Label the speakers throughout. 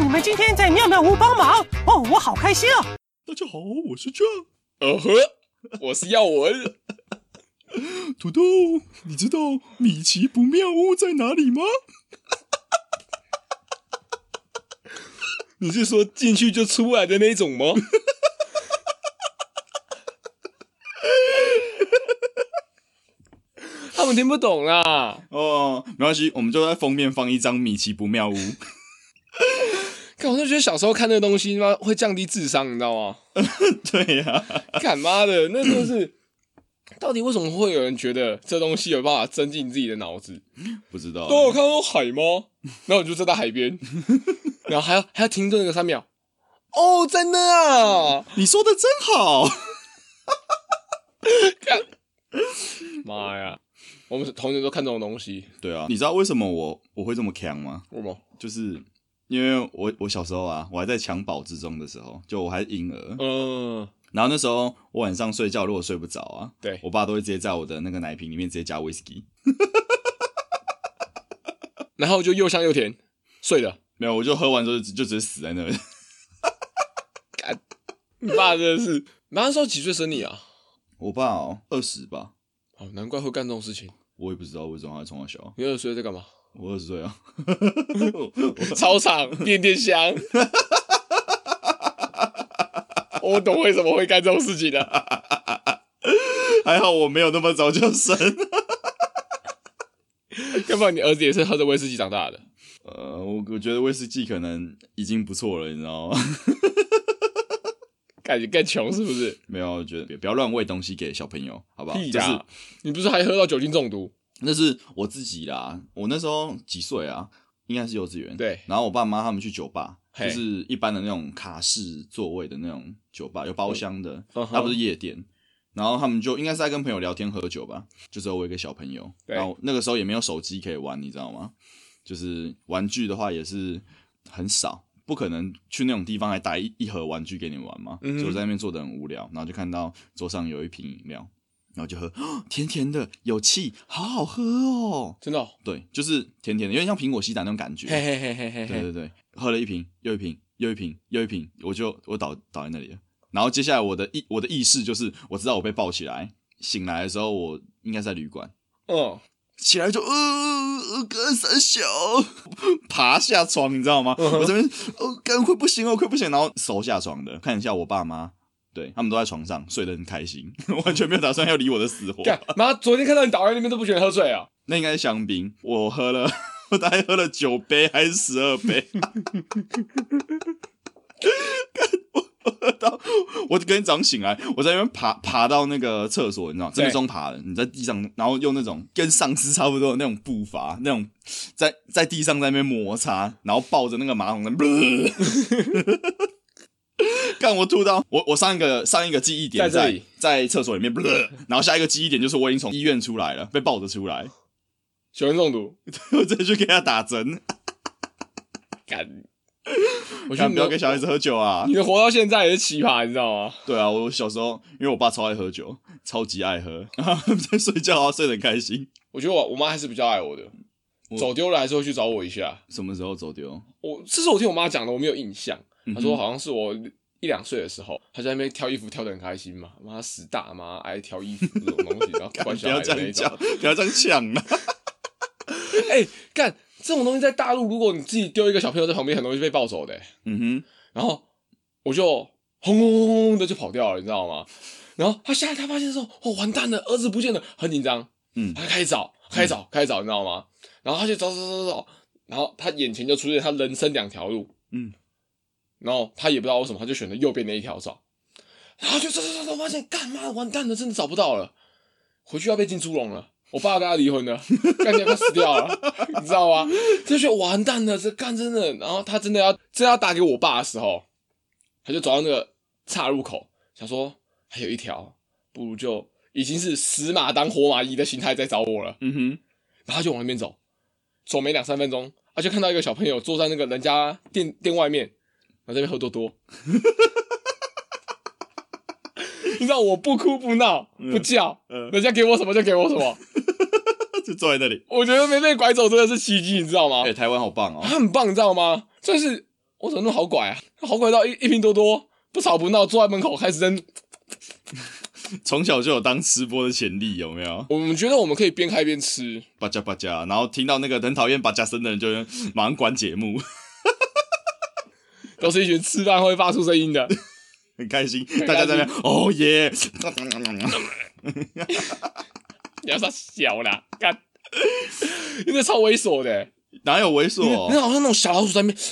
Speaker 1: 你们今天在妙妙屋帮忙哦，我好开心啊！
Speaker 2: 大家好，我是 John
Speaker 3: 呃呵，我是耀文。
Speaker 2: 土豆。你知道米奇不妙屋在哪里吗？
Speaker 3: 你是说进去就出来的那种吗？他们听不懂啊啦，
Speaker 2: 哦，没关系，我们就在封面放一张米奇不妙屋。
Speaker 3: 看我就觉得小时候看那个东西妈会降低智商，你知道吗？
Speaker 2: 对啊呀、
Speaker 3: 干妈的，那真的是，到底为什么会有人觉得这东西有办法增进自己的脑子？
Speaker 2: 不知道啊。
Speaker 3: 都有看到海吗？然后你就站在海边，然后还要还要停顿个三秒。哦，真的啊！
Speaker 2: 你说的真好。
Speaker 3: 妈呀，我们同学都看这种东西，
Speaker 2: 对啊，你知道为什么我我会这么强吗？
Speaker 3: 我吗？
Speaker 2: 就是因为我我小时候啊，我还在襁褓之中的时候，就我还是婴儿，
Speaker 3: 嗯、
Speaker 2: 然后那时候我晚上睡觉如果睡不着啊，
Speaker 3: 对
Speaker 2: 我爸都会直接在我的那个奶瓶里面直接加 whisky。
Speaker 3: 然后就又香又甜，睡了。
Speaker 2: 没有，我就喝完之后就就直接死在那里。
Speaker 3: 你爸真的是，妈那时候几岁生你啊？
Speaker 2: 我爸哦，二十吧，
Speaker 3: 哦，难怪会干这种事情。
Speaker 2: 我也不知道为什么他从小小，
Speaker 3: 你二十岁在干嘛？
Speaker 2: 我二十岁啊，
Speaker 3: 操场变电箱。 我懂为什么会干这种事情了。
Speaker 2: 还好我没有那么早就生。
Speaker 3: 要不然你儿子也是喝着威士忌长大的。
Speaker 2: 呃，我我觉得威士忌可能已经不错了，你知道吗？
Speaker 3: 感觉更穷是不是？
Speaker 2: 没有，我觉得别不要乱喂东西给小朋友，好不好？
Speaker 3: 屁啊
Speaker 2: 就
Speaker 3: 呀、
Speaker 2: 是
Speaker 3: 你哦不是还喝到酒精中毒？
Speaker 2: 那是我自己啦，我那时候几岁啊？应该是幼稚园。
Speaker 3: 对
Speaker 2: 然后我爸妈他们去酒吧，就
Speaker 3: 嘿
Speaker 2: 是一般的那种卡式座位的那种酒吧，有包厢的，
Speaker 3: 嗯哼
Speaker 2: 它不是夜店。然后他们就应该是在跟朋友聊天喝酒吧，就只有我一个小朋友。
Speaker 3: 对
Speaker 2: 然后那个时候也没有手机可以玩，你知道吗？就是玩具的话也是很少，不可能去那种地方还打一一盒玩具给你玩嘛。
Speaker 3: 嗯哼
Speaker 2: 所以我在那边坐的很无聊，然后就看到桌上有一瓶饮料，然后就喝， 甜甜的，有气，好好喝哦。
Speaker 3: 真的、哦？
Speaker 2: 对，就是甜甜的，有点像苹果西打那种感觉。
Speaker 3: 嘿嘿嘿嘿嘿
Speaker 2: 对
Speaker 3: 嘿。
Speaker 2: 对对，喝了一瓶又一瓶又一瓶又一瓶，我就我倒倒在那里了。然后接下来我的意我的意识就是，我知道我被抱起来，醒来的时候我应该是在旅馆，
Speaker 3: 嗯，
Speaker 2: 起来就呃呃干三小，爬下床，你知道吗？我这边哦干快不行哦快不行，然后手下床的看一下我爸妈，对他们都在床上睡得很开心， 完全没有打算要理我的死活。
Speaker 3: 干妈，昨天看到你倒在那边都不觉得喝醉啊？
Speaker 2: 那应该是香槟，我喝了， 我大概喝了九杯还是十二杯。啊 干我我喝到，我隔天早上醒来，我在那边爬爬到那个厕所，你知道，真的
Speaker 3: 对
Speaker 2: 中爬的，你在地上，然后用那种跟丧尸差不多的那种步伐，那种在在地上在那边摩擦，然后抱着那个马桶在那边， 干我吐到我我上一个上一个记忆点
Speaker 3: 在这
Speaker 2: 在
Speaker 3: 里
Speaker 2: 在厕所里面，然后下一个记忆点就是我已经从医院出来了，被抱着出来。
Speaker 3: 酒精中毒？
Speaker 2: 我直接去给他打针，
Speaker 3: 干，我觉得
Speaker 2: 看
Speaker 3: 你
Speaker 2: 不要给小孩
Speaker 3: 子，
Speaker 2: 子喝酒啊
Speaker 3: 你！能活到现在也是奇葩，你知道吗？
Speaker 2: 对啊，我小时候因为我爸超爱喝酒，超级爱喝， 在睡觉啊睡得很开心。
Speaker 3: 我觉得我我妈还是比较爱我的，走丢了还是会去找我一下。
Speaker 2: 什么时候走丢？
Speaker 3: 我这是我听我妈讲的，我没有印象。
Speaker 2: 嗯哼
Speaker 3: 她说好像是我一两岁的时候，她在那边挑衣服挑得很开心嘛，妈死大妈爱挑衣服这种东西，然 后
Speaker 2: 干
Speaker 3: 管
Speaker 2: 不
Speaker 3: 小孩
Speaker 2: 要
Speaker 3: 的
Speaker 2: 这
Speaker 3: 那
Speaker 2: 样
Speaker 3: 一
Speaker 2: 讲，
Speaker 3: 种。
Speaker 2: 不要这样呛 啊！
Speaker 3: 哎，干这种东西在大陆，如果你自己丢一个小朋友在旁边，很容易就被抱走的、欸
Speaker 2: 嗯
Speaker 3: 然后我就轰轰轰轰轰的就跑掉了，你知道吗？然后他下来，他发现说：“哦，完蛋了，儿子不见了，很紧张。”
Speaker 2: 嗯
Speaker 3: 他开始找，开始找，开始找，你知道吗？然后他就找找找找找，然后他眼前就出现他人生两条路，
Speaker 2: 嗯，
Speaker 3: 然后他也不知道为什么，他就选择右边那一条找，然后就找找找找，发现干嘛完蛋了，真的找不到了，回去要被进猪笼了。我爸跟他离婚了，干爹快死掉了，你知道吗？就觉得完蛋了，这干真的。然后他真的要真的要打给我爸的时候，他就走到那个岔路口，想说还有一条，不如就已经是死马当活马医的心态在找我了。
Speaker 2: 哼，嗯哼，
Speaker 3: 然后他就往那边走，走没两三分钟，他就看到一个小朋友坐在那个人家店店外面，然后在那边喝多 多。你知道我不哭不闹不叫，
Speaker 2: 嗯
Speaker 3: 人家给我什么就给我什么，
Speaker 2: 就坐在那里。
Speaker 3: 我觉得没被拐走真的是奇迹，你知道吗
Speaker 2: 哎、？台湾好棒哦！
Speaker 3: 他很棒，你知道吗？就是我怎么那么好拐啊？好拐到一一瓶多多，不吵不闹，坐在门口开始扔。
Speaker 2: 从小就有当吃播的潜力，有没有？
Speaker 3: 我们觉得我们可以边开边吃，
Speaker 2: 巴加巴加，然后听到那个很讨厌巴加声的人，就马上关节目，
Speaker 3: 都是一群吃饭会发出声音 的。
Speaker 2: 很开心，
Speaker 3: 开心
Speaker 2: 大家在那边哦耶，
Speaker 3: 你要他小啦，干，你那超猥琐的、欸，
Speaker 2: 哪有猥
Speaker 3: 你
Speaker 2: 琐？哦
Speaker 3: 那好像那种小老鼠在那边，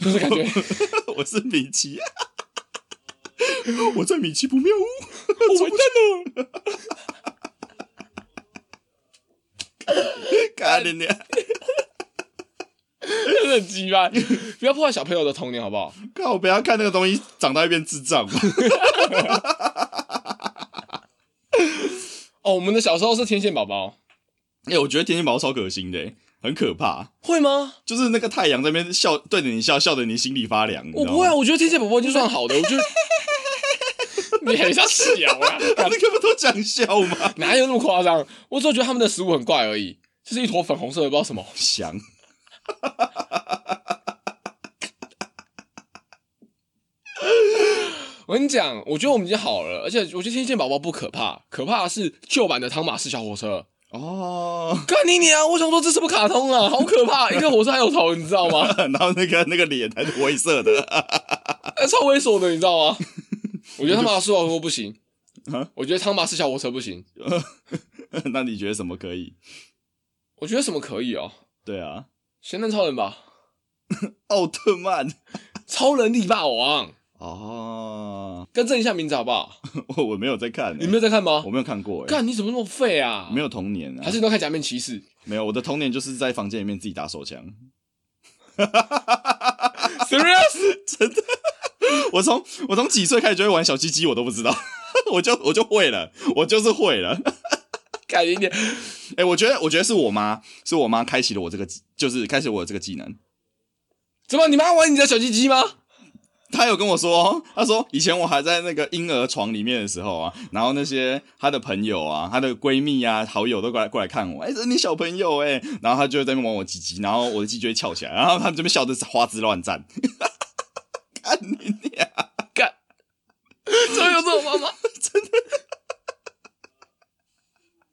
Speaker 3: 就是感觉
Speaker 2: 我是米奇，我在米奇不妙屋。
Speaker 3: 我完蛋了。
Speaker 2: 干你娘！
Speaker 3: 真的很鸡巴，不要破坏小朋友的童年好不好？
Speaker 2: 看我不要看那个东西，长大会变智障。
Speaker 3: 哦，我们的小时候是天线宝宝，
Speaker 2: 哎、我觉得天线宝宝超恶心的、欸很可怕。
Speaker 3: 会吗？
Speaker 2: 就是那个太阳在那边笑，对着你笑，笑得你心里发凉。你
Speaker 3: 我
Speaker 2: 知道吗
Speaker 3: 不会啊，，我觉得天线宝宝就算好的，我 就你很像小啊，
Speaker 2: 那个不都讲笑吗？
Speaker 3: 哪有那么夸张？我只有觉得他们的食物很怪而已，就是一坨粉红色的，不知道什么。
Speaker 2: 想，
Speaker 3: 我跟你讲，我觉得我们已经好了，而且我觉得天线宝宝不可怕，可怕的是旧版的汤马士小火车。
Speaker 2: 哦，
Speaker 3: 干你娘！我想说这是不卡通啊，好可 怕！一个火车还有头，你知道 吗？
Speaker 2: 然后那个那个脸还是灰色的，
Speaker 3: 哎超猥琐的，你知道吗？我觉得汤马士小火车不 行
Speaker 2: 啊，
Speaker 3: 我觉得汤马士小火车不行，
Speaker 2: 那你觉得什么可以？
Speaker 3: 我觉得什么可以哦？
Speaker 2: 对啊，
Speaker 3: 咸蛋超人吧，
Speaker 2: 奥特曼。
Speaker 3: 超人力霸王，
Speaker 2: 哦，
Speaker 3: 更正一下名字好不好？
Speaker 2: 我我没有在看、欸，
Speaker 3: 你没有在看吗
Speaker 2: 我？没有看过、欸，
Speaker 3: 干，你怎么那么废啊？
Speaker 2: 没有童年啊
Speaker 3: 还，是你都看假面 骑士？
Speaker 2: 没有，我的童年就是在房间里面自己打手枪。
Speaker 3: Serious？
Speaker 2: 我从我从几岁开始就会玩小鸡鸡，我都不知道， 我就我就会了，我就是会了。
Speaker 3: 改一点，
Speaker 2: 哎、我觉得我觉得是我妈，是我妈开启了我这个，就是开启我这个技能。
Speaker 3: 怎么你妈玩你的小鸡鸡吗？
Speaker 2: 她有跟我说哦，她说以前我还在那个婴儿床里面的时候啊，然后那些她的朋友啊、她的闺蜜啊、好友都过来过来看我，哎、这是你小朋友哎、然后她就会在那边玩我鸡鸡，然后我的鸡就会翘起来，然后他们这边笑的花枝乱颤。 看你娘！
Speaker 3: 干，怎么有这种 妈妈？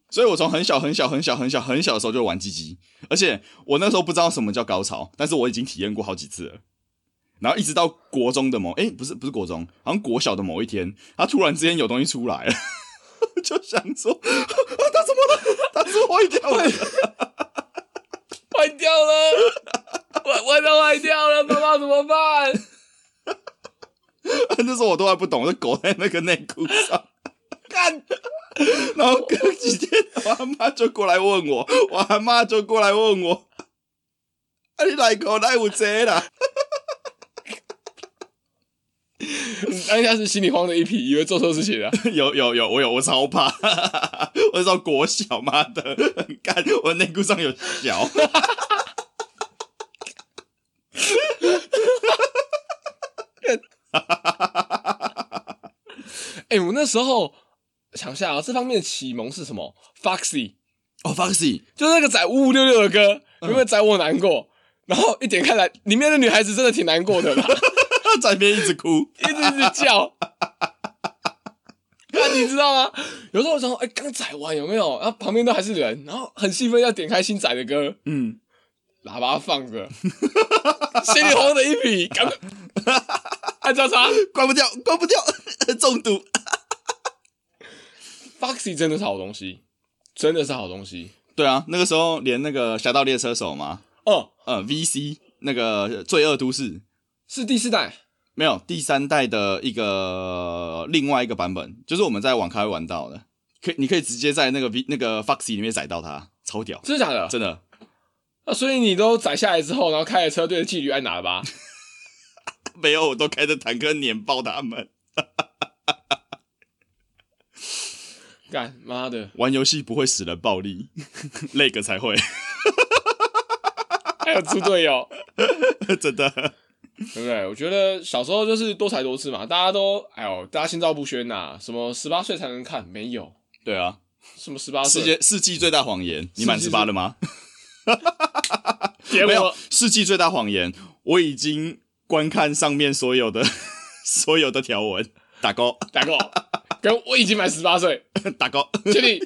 Speaker 2: 所以我从很小很小很小很小很小的时候就玩鸡鸡，而且我那时候不知道什么叫高潮，但是我已经体验过好几次了。然后一直到国中的某，哎、不是不是国中，好像国小的某一天，他突然之间有东西出来了， 我就想说，啊，他怎么了？他是坏掉了。
Speaker 3: 坏掉了，我我都坏掉了，妈妈怎么办？
Speaker 2: 那时候我都还不懂，这狗在那个内裤上。
Speaker 3: 干，
Speaker 2: 然后隔几天，我阿妈就过来问我，我阿妈就过来问我，啊，你来狗来有这啦？
Speaker 3: 当下是心里慌的一批，以为做错事情了。
Speaker 2: 有有有，我有，我超怕，我那时候国小妈的，很干，我内裤上有小，
Speaker 3: 哎、我那时候想一下啊，这方面的启蒙是什么？Foxy，
Speaker 2: 哦，Foxy，
Speaker 3: 就是那个载五五六六的歌，
Speaker 2: 嗯
Speaker 3: 有没有载我难过？然后一点开来，里面的女孩子真的挺难过的啦，
Speaker 2: 在那边一直哭，
Speaker 3: 一直一直叫。那你知道吗？有时候我想说，哎、刚载完有没有？然后旁边都还是人，然后很兴奋要点开新载的歌，
Speaker 2: 嗯，
Speaker 3: 喇叭放着，心里慌的一匹，赶快哎按照啥
Speaker 2: 关不掉，关不掉，中毒，
Speaker 3: ？Foxy 真的是好东西，真的是好东西。
Speaker 2: 对啊，那个时候连那个《侠盗猎车手》嘛，
Speaker 3: 哦，
Speaker 2: 呃，VC 那个《罪恶都市》
Speaker 3: 是第四代，
Speaker 2: 没有第三代的一个另外一个版本，就是我们在网咖会玩到的，可以你可以直接在那个 V 那个 Foxy 里面载到它，超屌，
Speaker 3: 真的假的？
Speaker 2: 真的，
Speaker 3: 那所以你都载下来之后，然后开着车对着妓女按喇叭，
Speaker 2: 没有我都开着坦克碾爆他们。
Speaker 3: 干妈的，
Speaker 2: 玩游戏不会使人暴力， 那个才会，
Speaker 3: 还有猪队友，
Speaker 2: 真的。
Speaker 3: 对不对？我觉得小时候就是多才多姿嘛，大家都哎呦，大家心照不宣呐、什么十八岁才能看，没有
Speaker 2: 对啊，
Speaker 3: 什么十八
Speaker 2: 世
Speaker 3: 岁，
Speaker 2: 界世纪最大谎言，你满
Speaker 3: 世纪
Speaker 2: 十
Speaker 3: 最
Speaker 2: 八了吗？
Speaker 3: 结
Speaker 2: 没有
Speaker 3: 果，
Speaker 2: 世纪最大谎言，我已经观看上面所有的 所有的条文，打勾
Speaker 3: 打勾，跟我已经满十八岁，
Speaker 2: 打勾。
Speaker 3: 确定？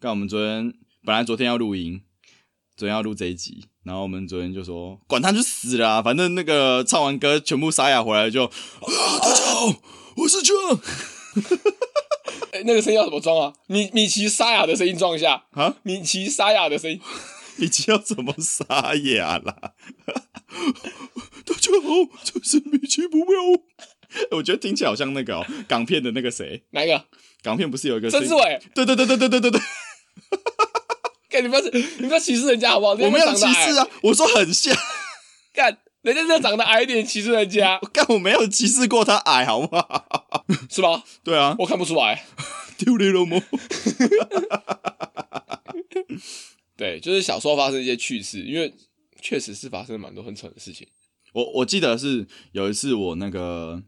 Speaker 2: 看我们昨天本来昨天要录音，昨天要录这一集，然后我们昨天就说管他去死啦，反正那个唱完歌全部沙哑回来就，啊、大家好，我是 John
Speaker 3: 哎那个声音要怎么装啊？米米奇沙哑的声音装一下，
Speaker 2: 啊，
Speaker 3: 米奇沙哑的声音，
Speaker 2: 你知道怎么沙哑啦？ 大家好，这是米奇不妙。我觉得听起来好像那个、哦、港片的那个谁，
Speaker 3: 哪一个？
Speaker 2: 港片不是有一个
Speaker 3: 曾志伟。
Speaker 2: 对对对对对对对对，
Speaker 3: 干你不要，你不要歧视人家好不好？
Speaker 2: 我没有
Speaker 3: 人
Speaker 2: 歧
Speaker 3: 家长得矮
Speaker 2: 视。啊，我说很像，
Speaker 3: 干，人家这长得矮一点歧视人家
Speaker 2: 我干我没有歧视过他矮，好不好？
Speaker 3: 是吗？
Speaker 2: 对啊，
Speaker 3: 我看不出来。
Speaker 2: 丢脸了吗？
Speaker 3: 对，就是小时候发生一些趣事，因为确实是发生了蛮多很蠢的事情。
Speaker 2: 我我记得是有一次我那个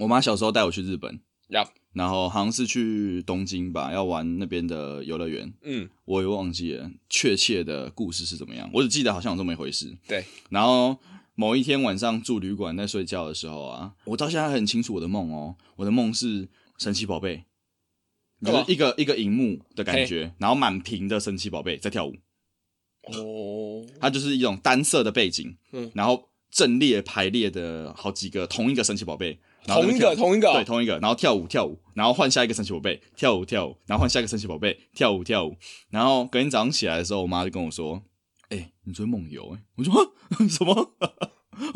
Speaker 2: 我妈小时候带我去日本，
Speaker 3: 呀、
Speaker 2: 然后好像是去东京吧，要玩那边的游乐园，
Speaker 3: 嗯，
Speaker 2: 我也忘记了确切的故事是怎么样，我只记得好像有这么一回事。
Speaker 3: 对，
Speaker 2: 然后某一天晚上住旅馆在睡觉的时候啊，我到现在还很清楚我的梦哦，我的梦是神奇宝贝，就
Speaker 3: 干嘛
Speaker 2: 是一个一个荧幕的感觉，然后满屏的神奇宝贝在跳舞，
Speaker 3: 哦，
Speaker 2: 它就是一种单色的背景，
Speaker 3: 嗯
Speaker 2: 然后阵列排列的好几个同一个神奇宝贝。然后在
Speaker 3: 同
Speaker 2: 那边
Speaker 3: 一
Speaker 2: 跳
Speaker 3: 个
Speaker 2: 舞
Speaker 3: 同一个
Speaker 2: 对，同一个，然后跳舞跳舞，然后换下一个神奇宝贝，跳舞跳舞，然后换下一个神奇宝贝，跳舞跳舞。然后隔天早上起来的时候，我妈就跟我说：“哎、你昨天梦游、欸？”我说：“啊，什么？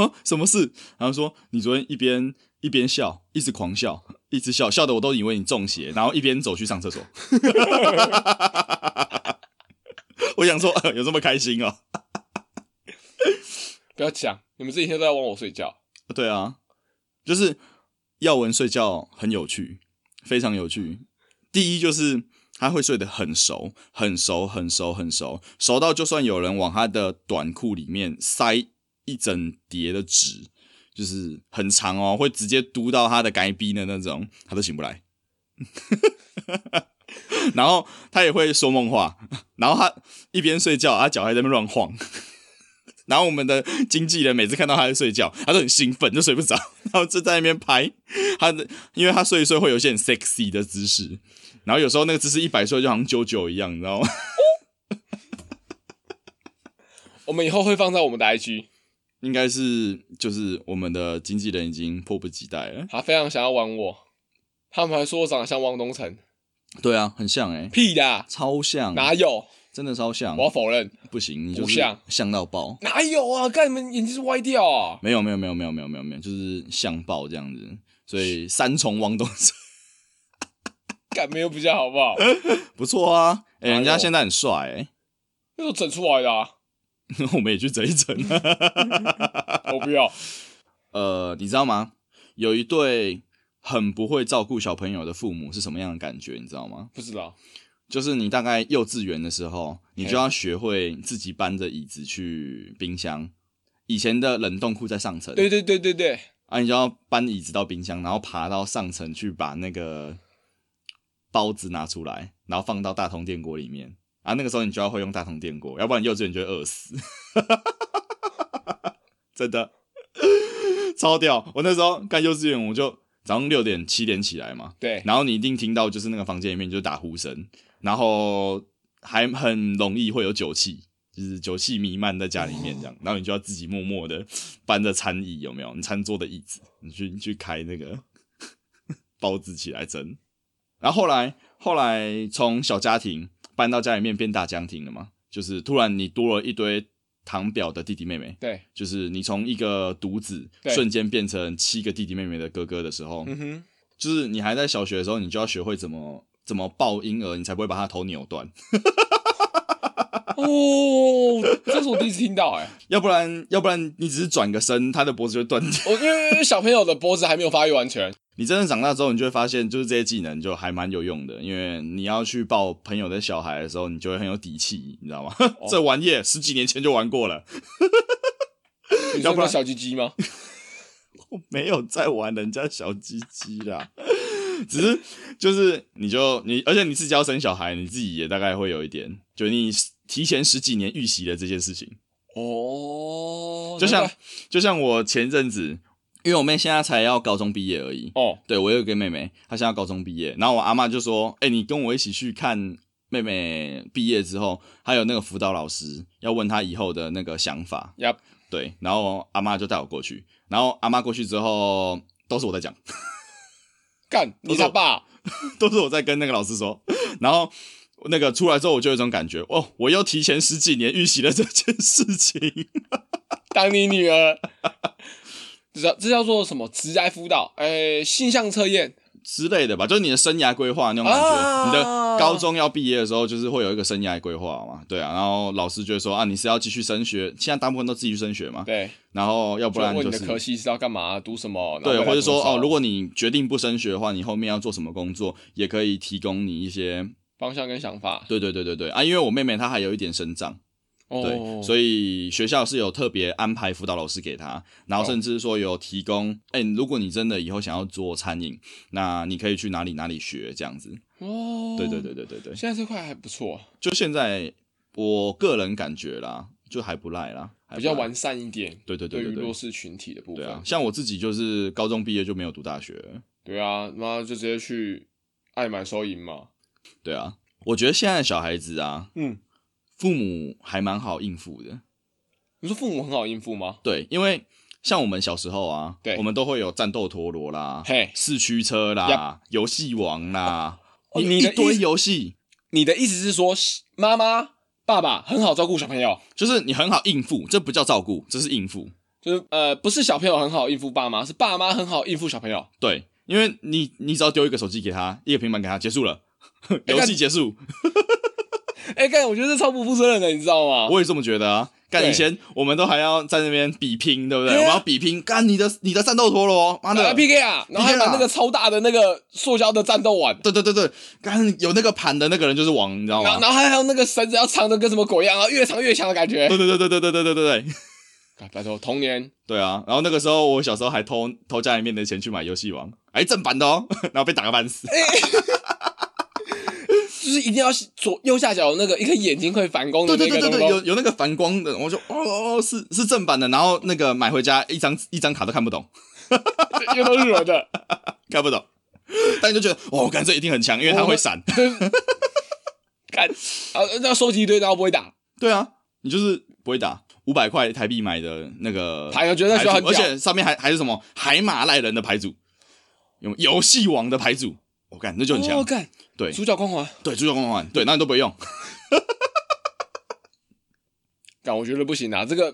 Speaker 2: 啊，什么事？”然后说：“你昨天一边一边笑，一直狂笑，一直笑，笑的我都以为你中邪，然后一边走去上厕所。”我想说、呃有这么开心哦？
Speaker 3: 不要讲，你们这几天都在往我睡觉。
Speaker 2: 对啊，就是耀文睡觉很有趣，非常有趣。第一就是他会睡得很熟，很熟，很熟，很熟，熟到就算有人往他的短裤里面塞一整叠的纸，就是很长哦，会直接嘟到他的该逼的那种，他都醒不来。 然后他也会说梦话，然后他一边睡觉，他脚还在那边乱晃。然后我们的经纪人每次看到他在睡觉，他都很兴奋，就睡不着， 然后就在那边拍他的，因为他睡一睡会有一些很 sexy 的姿势，然后有时候那个姿势一摆出来就好像啾啾一样，你知道吗？
Speaker 3: 我们以后会放在我们的 IG，
Speaker 2: 应该是就是我们的经纪人已经迫不及待了。
Speaker 3: 他非常想要玩我，他们还说我长得像汪东城，
Speaker 2: 对啊，很像哎、
Speaker 3: 屁的，
Speaker 2: 超像，
Speaker 3: 哪有？
Speaker 2: 真的超像
Speaker 3: 我，要否认，
Speaker 2: 不行，你就
Speaker 3: 不
Speaker 2: 是
Speaker 3: 像
Speaker 2: 像到爆。
Speaker 3: 哪有啊？干你们眼睛是歪掉啊！
Speaker 2: 没有没有没有没有没有没有没有，就是像爆这样子，所以三重汪东城
Speaker 3: 干没有比较好不好？
Speaker 2: 不错啊，哎、
Speaker 3: 哎呦
Speaker 2: 人家现在很帅哎、
Speaker 3: 那是我整出来的、啊，
Speaker 2: 我们也去整一整、啊。
Speaker 3: 我不要。
Speaker 2: 呃，你知道吗？有一对很不会照顾小朋友的父母是什么样的感觉？你知道吗？
Speaker 3: 不知道，
Speaker 2: 就是你大概幼稚园的时候，你就要学会自己搬着椅子去冰箱。以前的冷冻库在上层，
Speaker 3: 对对对对对，
Speaker 2: 啊，你就要搬椅子到冰箱，然后爬到上层去把那个包子拿出来，然后放到大通电锅里面。啊，那个时候你就要会用大通电锅，要不然幼稚园就会饿死。真的，超屌！我那时候干幼稚园，我就早上六点七点起来嘛，
Speaker 3: 对，
Speaker 2: 然后你一定听到就是那个房间里面就是打呼声，然后还很容易会有酒气，就是酒气弥漫在家里面这样，然后你就要自己默默的搬着餐椅有没有？你餐桌的椅子，你去你去开那个包子起来蒸。然后后来后来从小家庭搬到家里面变大家庭了嘛，就是突然你多了一堆堂表的弟弟妹妹，
Speaker 3: 对，
Speaker 2: 就是你从一个独子
Speaker 3: 对
Speaker 2: 瞬间变成七个弟弟妹妹的哥哥的时候，
Speaker 3: 嗯哼，
Speaker 2: 就是你还在小学的时候，你就要学会怎么怎么抱婴儿，你才不会把他头扭断，
Speaker 3: 哦，这是我第一次听到哎、
Speaker 2: 要不然要不然你只是转个身，他的脖子就会断掉。
Speaker 3: 我因为因为小朋友的脖子还没有发育完全，
Speaker 2: 你真的长大之后，你就会发现，就是这些技能就还蛮有用的，因为你要去抱朋友的小孩的时候，你就会很有底气，你知道吗？ 这玩意十几年前就玩过了，
Speaker 3: 你
Speaker 2: 要
Speaker 3: 说
Speaker 2: 不
Speaker 3: 那
Speaker 2: 然
Speaker 3: 小鸡鸡吗？
Speaker 2: 我没有在玩人家小鸡鸡啦。 只是就是你就你，而且你自己要生小孩，你自己也大概会有一点，就你提前十几年预习了这件事情。
Speaker 3: 哦，
Speaker 2: 就像
Speaker 3: 难怪
Speaker 2: 就像我前阵子，因为我妹现在才要高中毕业而已，
Speaker 3: 哦，
Speaker 2: 对我有一个妹妹，她现在高中毕业，然后我阿妈就说：“哎、你跟我一起去看妹妹毕业之后，还有那个辅导老师要问她以后的那个想法。
Speaker 3: 呀，”
Speaker 2: 对，然后阿妈就带我过去，然后阿妈过去之后，都是我在讲，
Speaker 3: 干你他爸，
Speaker 2: 都是我在跟那个老师说，然后。那个出来之后，我就有一种感觉，哦，我又提前十几年预习了这件事情。
Speaker 3: 当你女儿， 这叫这叫做什么？职涯辅导，哎，性向测验，
Speaker 2: 之类的吧，就是你的生涯规划那种感觉。
Speaker 3: 啊
Speaker 2: 你的高中要毕业的时候，就是会有一个生涯规划嘛，对啊。然后老师就会说啊，你是要继续升学，现在大部分都继续升学嘛，
Speaker 3: 对，
Speaker 2: 然后要不
Speaker 3: 就
Speaker 2: 然
Speaker 3: 问
Speaker 2: 就
Speaker 3: 你的科
Speaker 2: 是。
Speaker 3: 系是要干嘛，读什么，然后
Speaker 2: 对，
Speaker 3: 未来
Speaker 2: 或者
Speaker 3: 怎么
Speaker 2: 说
Speaker 3: 走
Speaker 2: 哦，如果你决定不升学的话，你后面要做什么工作，也可以提供你一些。
Speaker 3: 方向跟想法，
Speaker 2: 对对对对对啊，因为我妹妹她还有一点生长，对，
Speaker 3: 哦，
Speaker 2: 所
Speaker 3: 以
Speaker 2: 以学校是有特别安排辅导老师给他，然后甚至说有提供，哎、如果你真的以后想要做餐饮，那你可以去哪里哪里学这样子。
Speaker 3: 哦，
Speaker 2: 对对对，对对对，
Speaker 3: 现在这块还不错，
Speaker 2: 就现在我个人感觉啦，就还不赖啦，还不赖
Speaker 3: 比较完。善一点，
Speaker 2: 对对
Speaker 3: 对
Speaker 2: 对
Speaker 3: 于
Speaker 2: 对对，
Speaker 3: 弱势群体的部
Speaker 2: 对啊
Speaker 3: 分，，
Speaker 2: 像我自己就是高中毕业就没有读大学了，
Speaker 3: 对啊，妈就直接去爱买收银嘛，
Speaker 2: 对啊，我觉得现在的小孩子啊，
Speaker 3: 嗯，
Speaker 2: 父母还蛮好应付的，
Speaker 3: 你说父母很好应付吗？
Speaker 2: 对，因为像我们小时候啊，
Speaker 3: 对
Speaker 2: 我们都会有战斗陀螺啦
Speaker 3: 嘿、
Speaker 2: 四驱车啦、游戏王啦，
Speaker 3: 哦
Speaker 2: 一
Speaker 3: 你
Speaker 2: 一
Speaker 3: 的意
Speaker 2: 堆
Speaker 3: 思
Speaker 2: 游戏，
Speaker 3: 你的意思是说，妈妈、爸爸很好照顾小朋友，
Speaker 2: 就是你很好应付，这不叫照顾，这是应付。
Speaker 3: 就是呃，不是小朋友很好应付爸妈，是爸妈很好应付小朋友。
Speaker 2: 对，因为你你只要丢一个手机给他，一个平板给他，结 束了，游戏结束。
Speaker 3: 哎、干，我觉得这超不负责任的，你知道吗？
Speaker 2: 我也这么觉得啊。干
Speaker 3: 对
Speaker 2: 以前我们都还要在那边比拼，对不对？
Speaker 3: 对啊
Speaker 2: 我们要比拼，干你的你的战斗陀螺，妈
Speaker 3: 打
Speaker 2: 的！
Speaker 3: PK 啊，然后还
Speaker 2: PK 啊
Speaker 3: 把那个超大的那个塑胶的战斗碗，
Speaker 2: 对对对对，干有那个盘的那个人就是王，你知道
Speaker 3: 然后
Speaker 2: 吗？
Speaker 3: 然后还有那个绳子要长的跟什么鬼一样，然后越长越强的感觉
Speaker 2: 对。对对对对对对对对对。
Speaker 3: 干拜托，童年
Speaker 2: 对啊，然后那个时候我小时候还偷偷家里面的钱去买游戏王，哎，正版的哦， 然后被打个半死。
Speaker 3: 哎就是一定要左右下角有那个一个眼睛会反光的
Speaker 2: 对对
Speaker 3: 那
Speaker 2: 对
Speaker 3: 个
Speaker 2: 对对，
Speaker 3: 东东
Speaker 2: 有。有那个反光的，我就哦哦哦是是正版的，然后那个买回家一张一张卡都看不懂，
Speaker 3: 对，又都是我 的。
Speaker 2: 看不懂，但你就觉得哦，感觉这一定很强，因为它会闪。
Speaker 3: 对，干啊，那收集一堆，然后不会打。
Speaker 2: 对啊，你就是不会打。五百块台币买的那个
Speaker 3: 牌我觉得那
Speaker 2: 牌
Speaker 3: 时候
Speaker 2: 组
Speaker 3: 很
Speaker 2: 而
Speaker 3: 屌
Speaker 2: 且上面还还是什么海马赖人的牌组，有游戏王的牌组，我、看那就很强。
Speaker 3: 哦干，
Speaker 2: 对
Speaker 3: 主角光环，
Speaker 2: 对，主角光环，对，那你都不会用。
Speaker 3: 干我觉得不行啊，这个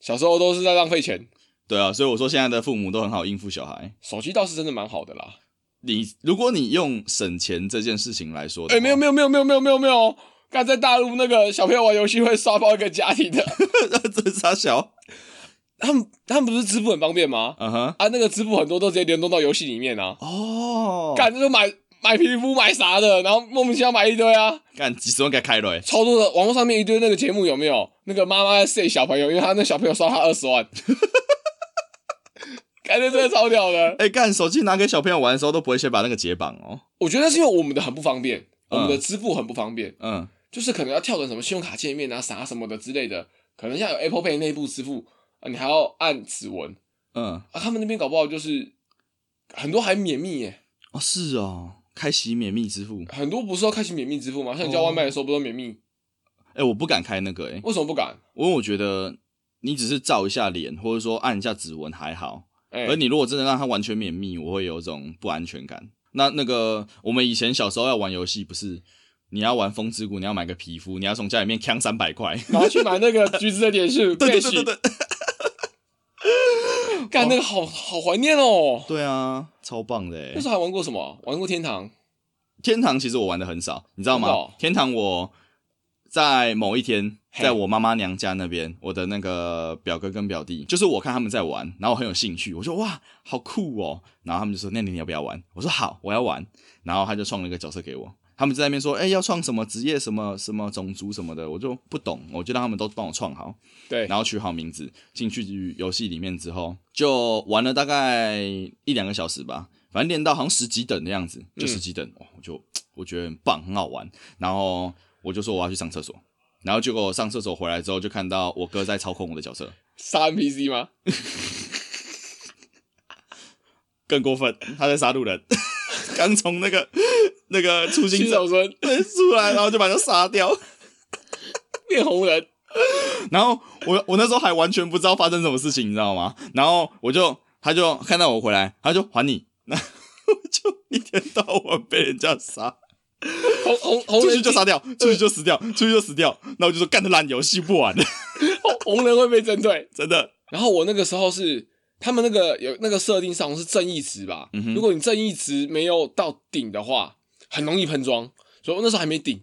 Speaker 3: 小时候都是在浪费钱，
Speaker 2: 对啊，所以我说现在的父母都很好应付小孩。
Speaker 3: 手机倒是真的蛮好的啦。
Speaker 2: 你如果你用省钱这件事情来说，
Speaker 3: 哎、没有没有没有没有没有没有没有，干在大陆那个小朋友玩游戏会刷爆一个家庭的，
Speaker 2: 有，这是傻小，
Speaker 3: 他们他们不是支付很方便吗？
Speaker 2: 嗯哼，
Speaker 3: 啊，那个支付很多都直接联动到游戏里面啊，
Speaker 2: 哦，
Speaker 3: 干就买买皮肤买啥的，然后莫名其妙买一堆啊，
Speaker 2: 干几十万给他开了、欸，
Speaker 3: 超多的网络上面一堆那个节目有没有？那个妈妈在 say 小朋友，因为他那小朋友刷他二十万， 感觉真的超屌的。
Speaker 2: 哎、干手机拿给小朋友玩的时候都不会先把那个解绑哦，
Speaker 3: 我觉得是因为我们的很不方便，
Speaker 2: 嗯
Speaker 3: 我们的支付很不方便，
Speaker 2: 嗯，
Speaker 3: 就是可能要跳转什么信用卡界面啊、啥什么的之类的，可能像有 Apple Pay 内部支付啊，你还要按指纹
Speaker 2: 嗯，
Speaker 3: 啊，他们那边搞不好就是很多还免密耶，
Speaker 2: 哦是哦，开启免密支付，
Speaker 3: 很多不是要开启免密支付吗？像你叫
Speaker 2: 哦
Speaker 3: 外卖的时候不都免密？
Speaker 2: 哎、我不敢开那个、欸，
Speaker 3: 为什么不敢？
Speaker 2: 因为我觉得你只是照一下脸，或者说按一下指纹还好，
Speaker 3: 哎、
Speaker 2: 而呃你如果真的让它完全免密，我会有一种不安全感。那那个我们以前小时候要玩游戏，不是你要玩风之谷，你要买个皮肤，你要从家里面扛三百块。
Speaker 3: 然后去买那个橘子的点数，
Speaker 2: 对对
Speaker 3: Gash
Speaker 2: 对对哦对，
Speaker 3: 干那个好好怀念哦。
Speaker 2: 对啊，超棒的
Speaker 3: 那
Speaker 2: 欸
Speaker 3: 时！候还玩过什么啊？玩过天堂，
Speaker 2: 天堂其实我玩的很少，你知道吗？
Speaker 3: 真的哦
Speaker 2: 天堂我在某一天，
Speaker 3: 嘿
Speaker 2: 在我妈妈娘家那边，我的那个表哥跟表弟，就是我看他们在玩，然后我很有兴趣，我说哇，好酷哦！然后他们就说，那你要不要玩？我说好，我要玩。然后他就创了一个角色给我。他们就在那边说，哎、要创什么职业、什么什么种族什么的，我就不懂，我就让他们都帮我创好。
Speaker 3: 对，
Speaker 2: 然后取好名字，进去游戏里面之后，就玩了大概一两个小时吧，反正练到好像十几等哦的样子，就十几等，哇我就我觉得很棒，很好玩。然后我就说我要去上厕所，然后结果我上厕所回来之后，就看到我哥在操控我的脚车，
Speaker 3: 杀 NPC 吗？
Speaker 2: 更过分，他在杀路人， 刚从那个那个出
Speaker 3: 新
Speaker 2: 行者
Speaker 3: 手村
Speaker 2: 出来，然后就把他杀掉。
Speaker 3: 变红人，
Speaker 2: 然后我我那时候还完全不知道发生什么事情，你知道吗？然后我就他就看到我回来，他就还你， 那我就一天到晚被人家杀，
Speaker 3: 红红红
Speaker 2: 出去
Speaker 3: 人
Speaker 2: 就杀掉，出去就死掉，出去就死掉。那我就说干的烂游戏不玩 了，
Speaker 3: 红红人会被针对。
Speaker 2: 真的。
Speaker 3: 然后我那个时候是他们那个有那个设定上是正义值吧，
Speaker 2: 嗯哼
Speaker 3: 如果你正义值没有到顶的话，很容易喷装，所以我那时候还没顶，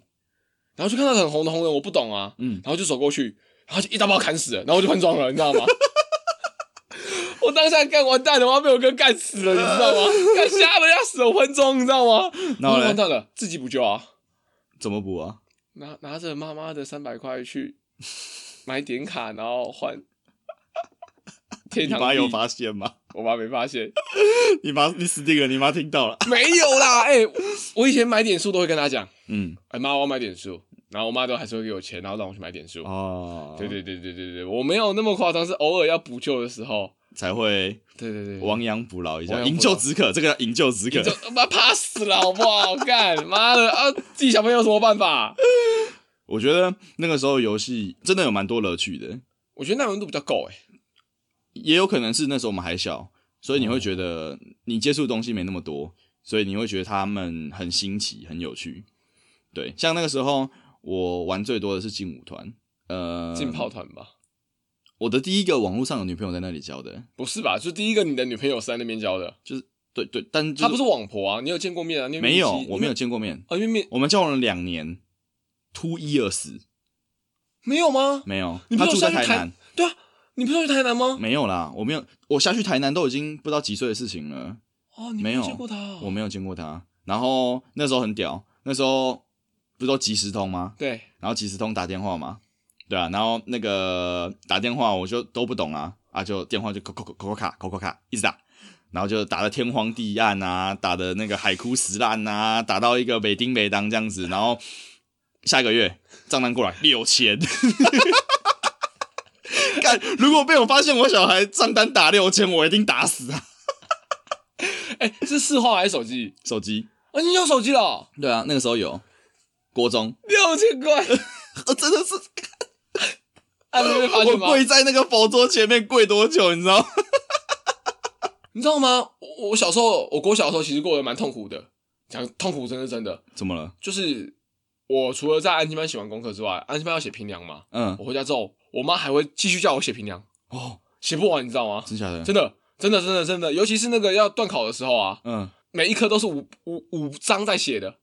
Speaker 3: 然后就看到很红的红人，我不懂啊，
Speaker 2: 嗯
Speaker 3: 然后就走过去，然后就一刀把我砍死了，然后我就喷装了，你知道吗？ 我当下干完蛋了，我要被我哥干死了，你知道吗？干吓人家死我喷装，你知道吗？
Speaker 2: 然后
Speaker 3: 完
Speaker 2: 呢？
Speaker 3: 蛋了，自己补救啊，
Speaker 2: 怎么补啊？
Speaker 3: 拿拿着妈妈的三百 块去买点卡，然后换天
Speaker 2: 你
Speaker 3: 堂
Speaker 2: 妈
Speaker 3: 币
Speaker 2: 有发现吗？
Speaker 3: 我妈没发现，
Speaker 2: 你妈你死定了，你妈听到了。
Speaker 3: 没有啦。 哎、我以前买点数都会跟她讲，
Speaker 2: 嗯，
Speaker 3: 哎、妈，我要买点数，然后我妈都还是会给我钱，然后让我去买点数。
Speaker 2: 哦，
Speaker 3: 对，对对对对对，我没有那么夸张，是偶尔要补救的时候。
Speaker 2: 才会
Speaker 3: 对对对，
Speaker 2: 亡羊补牢一
Speaker 3: 亡
Speaker 2: 下，
Speaker 3: 羊补
Speaker 2: 营
Speaker 3: 牢
Speaker 2: 救止渴，这个叫营救止
Speaker 3: 你就
Speaker 2: 渴。
Speaker 3: 妈怕死了好不好？干妈的啊，自己小朋友有什么办法？
Speaker 2: 我觉得那个时候游戏真的有蛮多乐趣的，
Speaker 3: 我觉得耐温度比较够哎、
Speaker 2: 也有可能是那时候我们还小，所以你会觉
Speaker 3: 哦
Speaker 2: 得你接触的东西没那么多，所以你会觉得他们很新奇、很有趣。对，像那个时候我玩最多的是劲舞团，呃，
Speaker 3: 进炮团吧？
Speaker 2: 我的第一个网络上的女朋友在那里教的，
Speaker 3: 不是吧？就第一个你的女朋友是在那边教的，
Speaker 2: 对对，但就是
Speaker 3: 她不是网婆啊？你有见过面啊？你
Speaker 2: 没有，
Speaker 3: 你
Speaker 2: 我没有见过面，
Speaker 3: 啊，因为面
Speaker 2: 我们交往了两年，突一而死，
Speaker 3: 没有吗？
Speaker 2: 没有，
Speaker 3: 你不
Speaker 2: 他住
Speaker 3: 是有下
Speaker 2: 在
Speaker 3: 去
Speaker 2: 台南，
Speaker 3: 对啊，你不是要去台南吗？
Speaker 2: 没有啦，我没有，我下去台南都已经不知道几岁的事情了，
Speaker 3: 哦，你
Speaker 2: 没
Speaker 3: 有
Speaker 2: 有
Speaker 3: 见过她啊？
Speaker 2: 我没有见过他。然后那时候很屌，那时候不是都即时通吗？
Speaker 3: 对，
Speaker 2: 然后即时通打电话嘛，对啊，然后那个打电话我就都不懂啊，啊就电话就扣扣扣扣扣卡扣扣卡一直打，然后就打的天荒地暗啊，打的那个海枯石烂啊，打到一个北丁北当这样子，然后下个月账单过来六千。 干！如果被我发现我小孩账单打六千，我一定打死啊！
Speaker 3: 哎、是四号还是手机？
Speaker 2: 手机，
Speaker 3: 啊，你有手机了哦，
Speaker 2: 对啊，那个时候有国 中，
Speaker 3: 六千块，
Speaker 2: 我哦真的是
Speaker 3: 啊，你没 发
Speaker 2: 我
Speaker 3: 现吗？
Speaker 2: 跪在那个佛桌前面跪多久，你知道吗？
Speaker 3: 你知道吗？我我小时候，我国小的时候其实过得蛮痛苦的，讲痛苦真的真的，
Speaker 2: 怎么了？
Speaker 3: 就是我除了在安心班写完功课之外，安心班要写评量嘛，
Speaker 2: 嗯，
Speaker 3: 我回家之后，我妈还会继续叫我写评量，
Speaker 2: 哦，
Speaker 3: 写不完，你知道吗？
Speaker 2: 真假的？
Speaker 3: 真的，真的，真的，真的，尤其是那个要断考的时候啊，
Speaker 2: 嗯，
Speaker 3: 每一科都是五五五张在写的，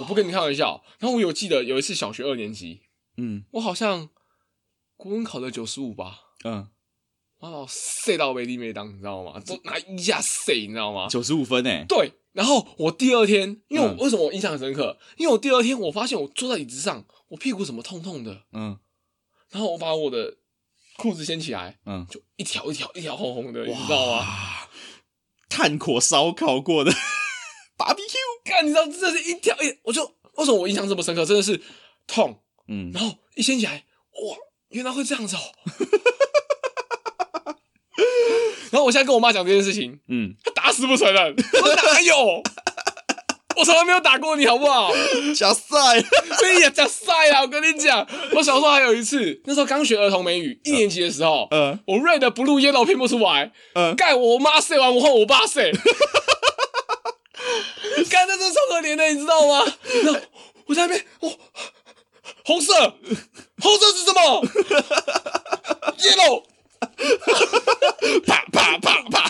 Speaker 3: 我不跟你开玩笑。然后我有记得有一次小学二年级，
Speaker 2: 嗯
Speaker 3: 我好像国文考了九十五吧，
Speaker 2: 嗯，
Speaker 3: 妈把我塞到没地没当，你知道吗？都拿衣架塞，你知道吗？
Speaker 2: 九十五分欸诶，
Speaker 3: 对。然后我第二天，因为我、
Speaker 2: 嗯
Speaker 3: 为什么我印象很深刻？因为我第二天我发现我坐在椅子上，我屁股怎么痛痛的，
Speaker 2: 嗯
Speaker 3: 然后我把我的裤子掀起来，
Speaker 2: 嗯，
Speaker 3: 就一条一条一条红红的，你知道吗？
Speaker 2: 哇？炭火烧烤过 的 barbecue，
Speaker 3: 看，你知道这是一条一，我就为什么我印象这么深刻？真的是痛，
Speaker 2: 嗯，
Speaker 3: 然后一掀起来，哇，原来会这样子哦。 然后我现在跟我妈讲这件事情，
Speaker 2: 嗯，
Speaker 3: 她打死不承认。我说哪有？我从来没有打过你，好不好？
Speaker 2: 小赛，
Speaker 3: 所以也讲晒啊！我跟你讲，我小时候还有一次，那时候刚学儿童美语，一年级的时候，
Speaker 2: 嗯
Speaker 3: 我 red blue yellow 拼不出来，
Speaker 2: 嗯，
Speaker 3: 盖我妈睡完我换我爸 睡，干那真是超可怜的，你知道吗？然后我在那边，哦，红色，红色是什么？yellow，
Speaker 2: 啪啪啪啪，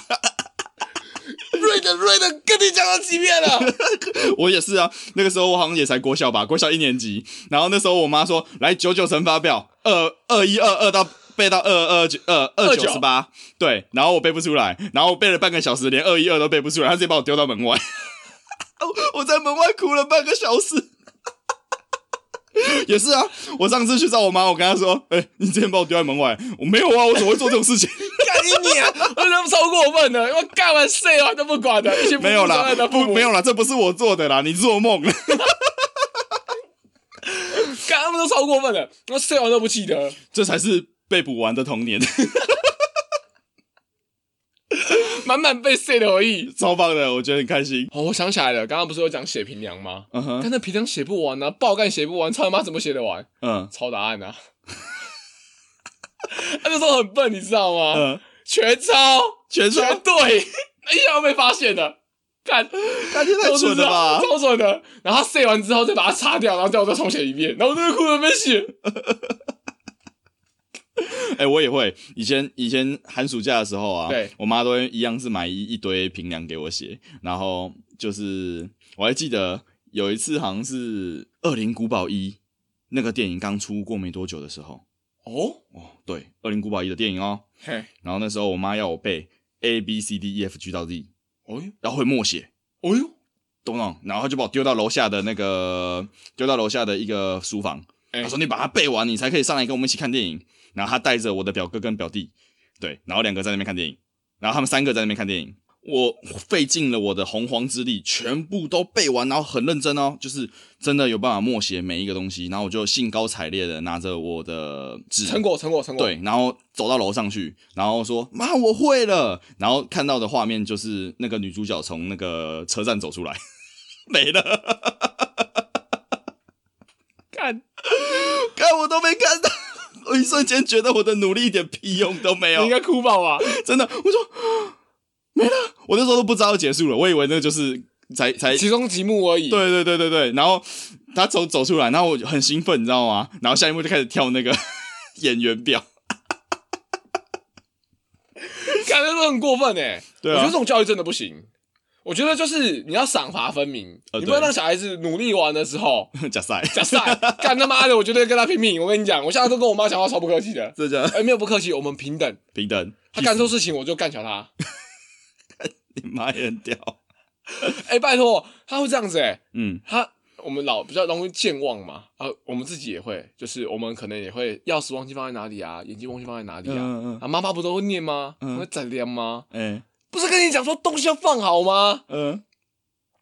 Speaker 3: red red，跟你讲了几遍了？
Speaker 2: 我也是啊，那个时候我好像也才国小吧，国小一年级，然后那时候我妈说，来九九乘法表，二二一二二到。背到二二九二二九十八，对，然后我背不出来，然后我背了半个小时，连二一二都背不出来，她直接把我丢到门外， 我我在门外哭了半个小时。 也是啊，我上次去找我妈，我跟她说：“哎、你之前把我丢在门外，我没有啊，我怎么会做这种事情？
Speaker 3: 干你娘！我他妈超过分了，我干完睡完都不管的，一些
Speaker 2: 没有啦，
Speaker 3: 的
Speaker 2: 不，没有啦，这不是我做的啦，你做梦了。”
Speaker 3: 干他们都超过分了，那睡完都不记得。
Speaker 2: 这才是被捕完的童年，
Speaker 3: 满满被碎的回忆。
Speaker 2: 超棒的，我觉得很开心。
Speaker 3: 哦，我想起来了，刚刚不是有讲写平量吗？
Speaker 2: 嗯
Speaker 3: 但
Speaker 2: 哼，
Speaker 3: 那平量写不完啊，爆干写不完，操他妈怎么写得完？
Speaker 2: 嗯
Speaker 3: 抄答案啊！ 他那时候很笨，你知道吗？
Speaker 2: 嗯，啊
Speaker 3: 全 抄，
Speaker 2: 全
Speaker 3: 全
Speaker 2: 川，
Speaker 3: 对，一下就被发现了。看，
Speaker 2: 感觉太蠢了吧？
Speaker 3: 超蠢的。然后他塞完之后再把它擦掉，然后叫我再重写一遍，然后我那个裤子没写。
Speaker 2: 哎、我也会。以前以前寒暑假的时候啊，
Speaker 3: 对
Speaker 2: 我妈都会一样是买一一堆平凉给我写，然后就是我还记得有一次好像是《恶灵古堡一》那个电影刚出过没多久的时候，
Speaker 3: 哦，
Speaker 2: 哦，对，《恶灵古堡一》的电影哦。
Speaker 3: 嘿，
Speaker 2: 然后那时候我妈要我背 A B C D E F G 到 Z，
Speaker 3: 哦呦，
Speaker 2: 然后会默写，
Speaker 3: 哦呦，
Speaker 2: 懂不懂？然后她就把我丢到楼下的那个丢到楼下的一个书房，
Speaker 3: 哎
Speaker 2: 他说你把它背完，你才可以上来跟我们一起看电影。然后他带着我的表哥跟表弟，对，然后两个在那边看电影，然后他们三个在那边看电影。我费尽了我的洪荒之力，全部都背完，然后很认真哦，就是真的有办法默写每一个东西。然后我就兴高采烈的拿着我的纸，
Speaker 3: 成果，成果，成果。，
Speaker 2: 对，然后走到楼上去，然后说妈我会了，然后看到的画面就是那个女主角从那个车站走出来， 没了。
Speaker 3: 看，
Speaker 2: 看我都没看到，我一瞬间觉得我的努力一点屁用都没
Speaker 3: 你应
Speaker 2: 有，
Speaker 3: 该哭爆吧？
Speaker 2: 真的，我说 没了，我那时候都不知道结束了，我以为那就是才才
Speaker 3: 其中几幕而已。，
Speaker 2: 哎对对对对对，然后他走走出来，然后我很兴奋，你知道吗？然后下一幕就开始跳那个 演员表，
Speaker 3: 感觉都很过分哎。
Speaker 2: 对啊
Speaker 3: 我觉得这种教育真的不行。我觉得就是你要赏罚分明，
Speaker 2: 呃
Speaker 3: 你不要
Speaker 2: 对
Speaker 3: 让小孩子努力完的时候，
Speaker 2: 假赛，
Speaker 3: 假赛干他妈的，我绝对跟他拼命。我跟你讲，我现在都跟我妈讲话超不客气的，
Speaker 2: 这叫
Speaker 3: 哎、没有不客气，我们平等。
Speaker 2: 平等，
Speaker 3: 他干错事情我就干掉他。
Speaker 2: 你妈也很屌，
Speaker 3: 哎、拜托，他会这样子哎、
Speaker 2: 嗯
Speaker 3: 他我们老比较容易健忘嘛，啊，我们自己也会，就是我们可能也会钥匙忘记放在哪里啊，眼睛忘记放在哪里啊。
Speaker 2: 嗯嗯嗯
Speaker 3: 啊，妈妈不都会念吗？
Speaker 2: 嗯
Speaker 3: 会再念吗？
Speaker 2: 哎
Speaker 3: 不是跟你讲说东西要放好吗？
Speaker 2: 嗯，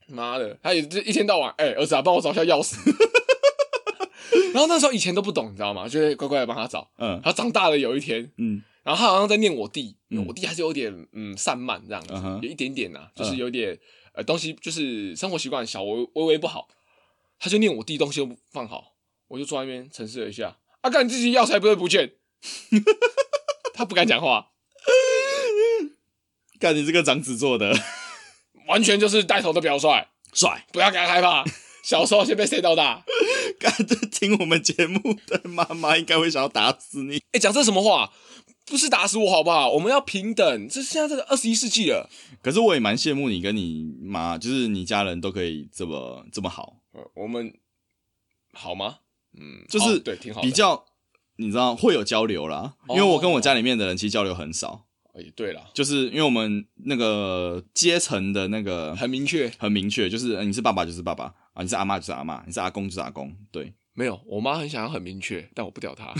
Speaker 3: 妈的，他也是一天到晚，哎、儿子啊，帮我找一下钥匙。 然后那时候以前都不懂，你知道吗？就会乖乖的帮他找。
Speaker 2: 嗯
Speaker 3: 他长大了有一天，
Speaker 2: 嗯
Speaker 3: 然后他好像在念我弟，
Speaker 2: 嗯
Speaker 3: 我弟还是有点嗯散漫这样子
Speaker 2: 嗯哼
Speaker 3: 有一点点呐、啊，就是
Speaker 2: 嗯
Speaker 3: 有点、呃东西就是生活习惯小微微微不好，他就念我弟东西都不放好，我就坐在那边沉思了一下，啊，干你自己钥匙还不会不见， 他不敢讲话，
Speaker 2: 干你这个长子做的
Speaker 3: 完全就是带头的表率，
Speaker 2: 帅，
Speaker 3: 不要给他害怕，小时候先被塞到大，
Speaker 2: 干这听我们节目的妈妈应该会想要打死你。
Speaker 3: 哎、讲这什么话？不是打死我好不好？我们要平等，这现在这个二十一世纪了，
Speaker 2: 可是我也蛮羡慕你跟你妈，就是你家人都可以这么这么好，
Speaker 3: 呃我们好吗？嗯，
Speaker 2: 就是
Speaker 3: 好对，挺好的，
Speaker 2: 比较你知道会有交流啦。因
Speaker 3: 哦
Speaker 2: 为我跟我家里面的人其实交流很少，
Speaker 3: 哎，对了，
Speaker 2: 就是因为我们那个阶层的那个
Speaker 3: 很明确，
Speaker 2: 很明确，就是呃你是爸爸就是爸爸啊，你是阿妈就是阿妈，你是阿公就是阿公。对
Speaker 3: 没有，我妈很想要很明确，但我不屌她，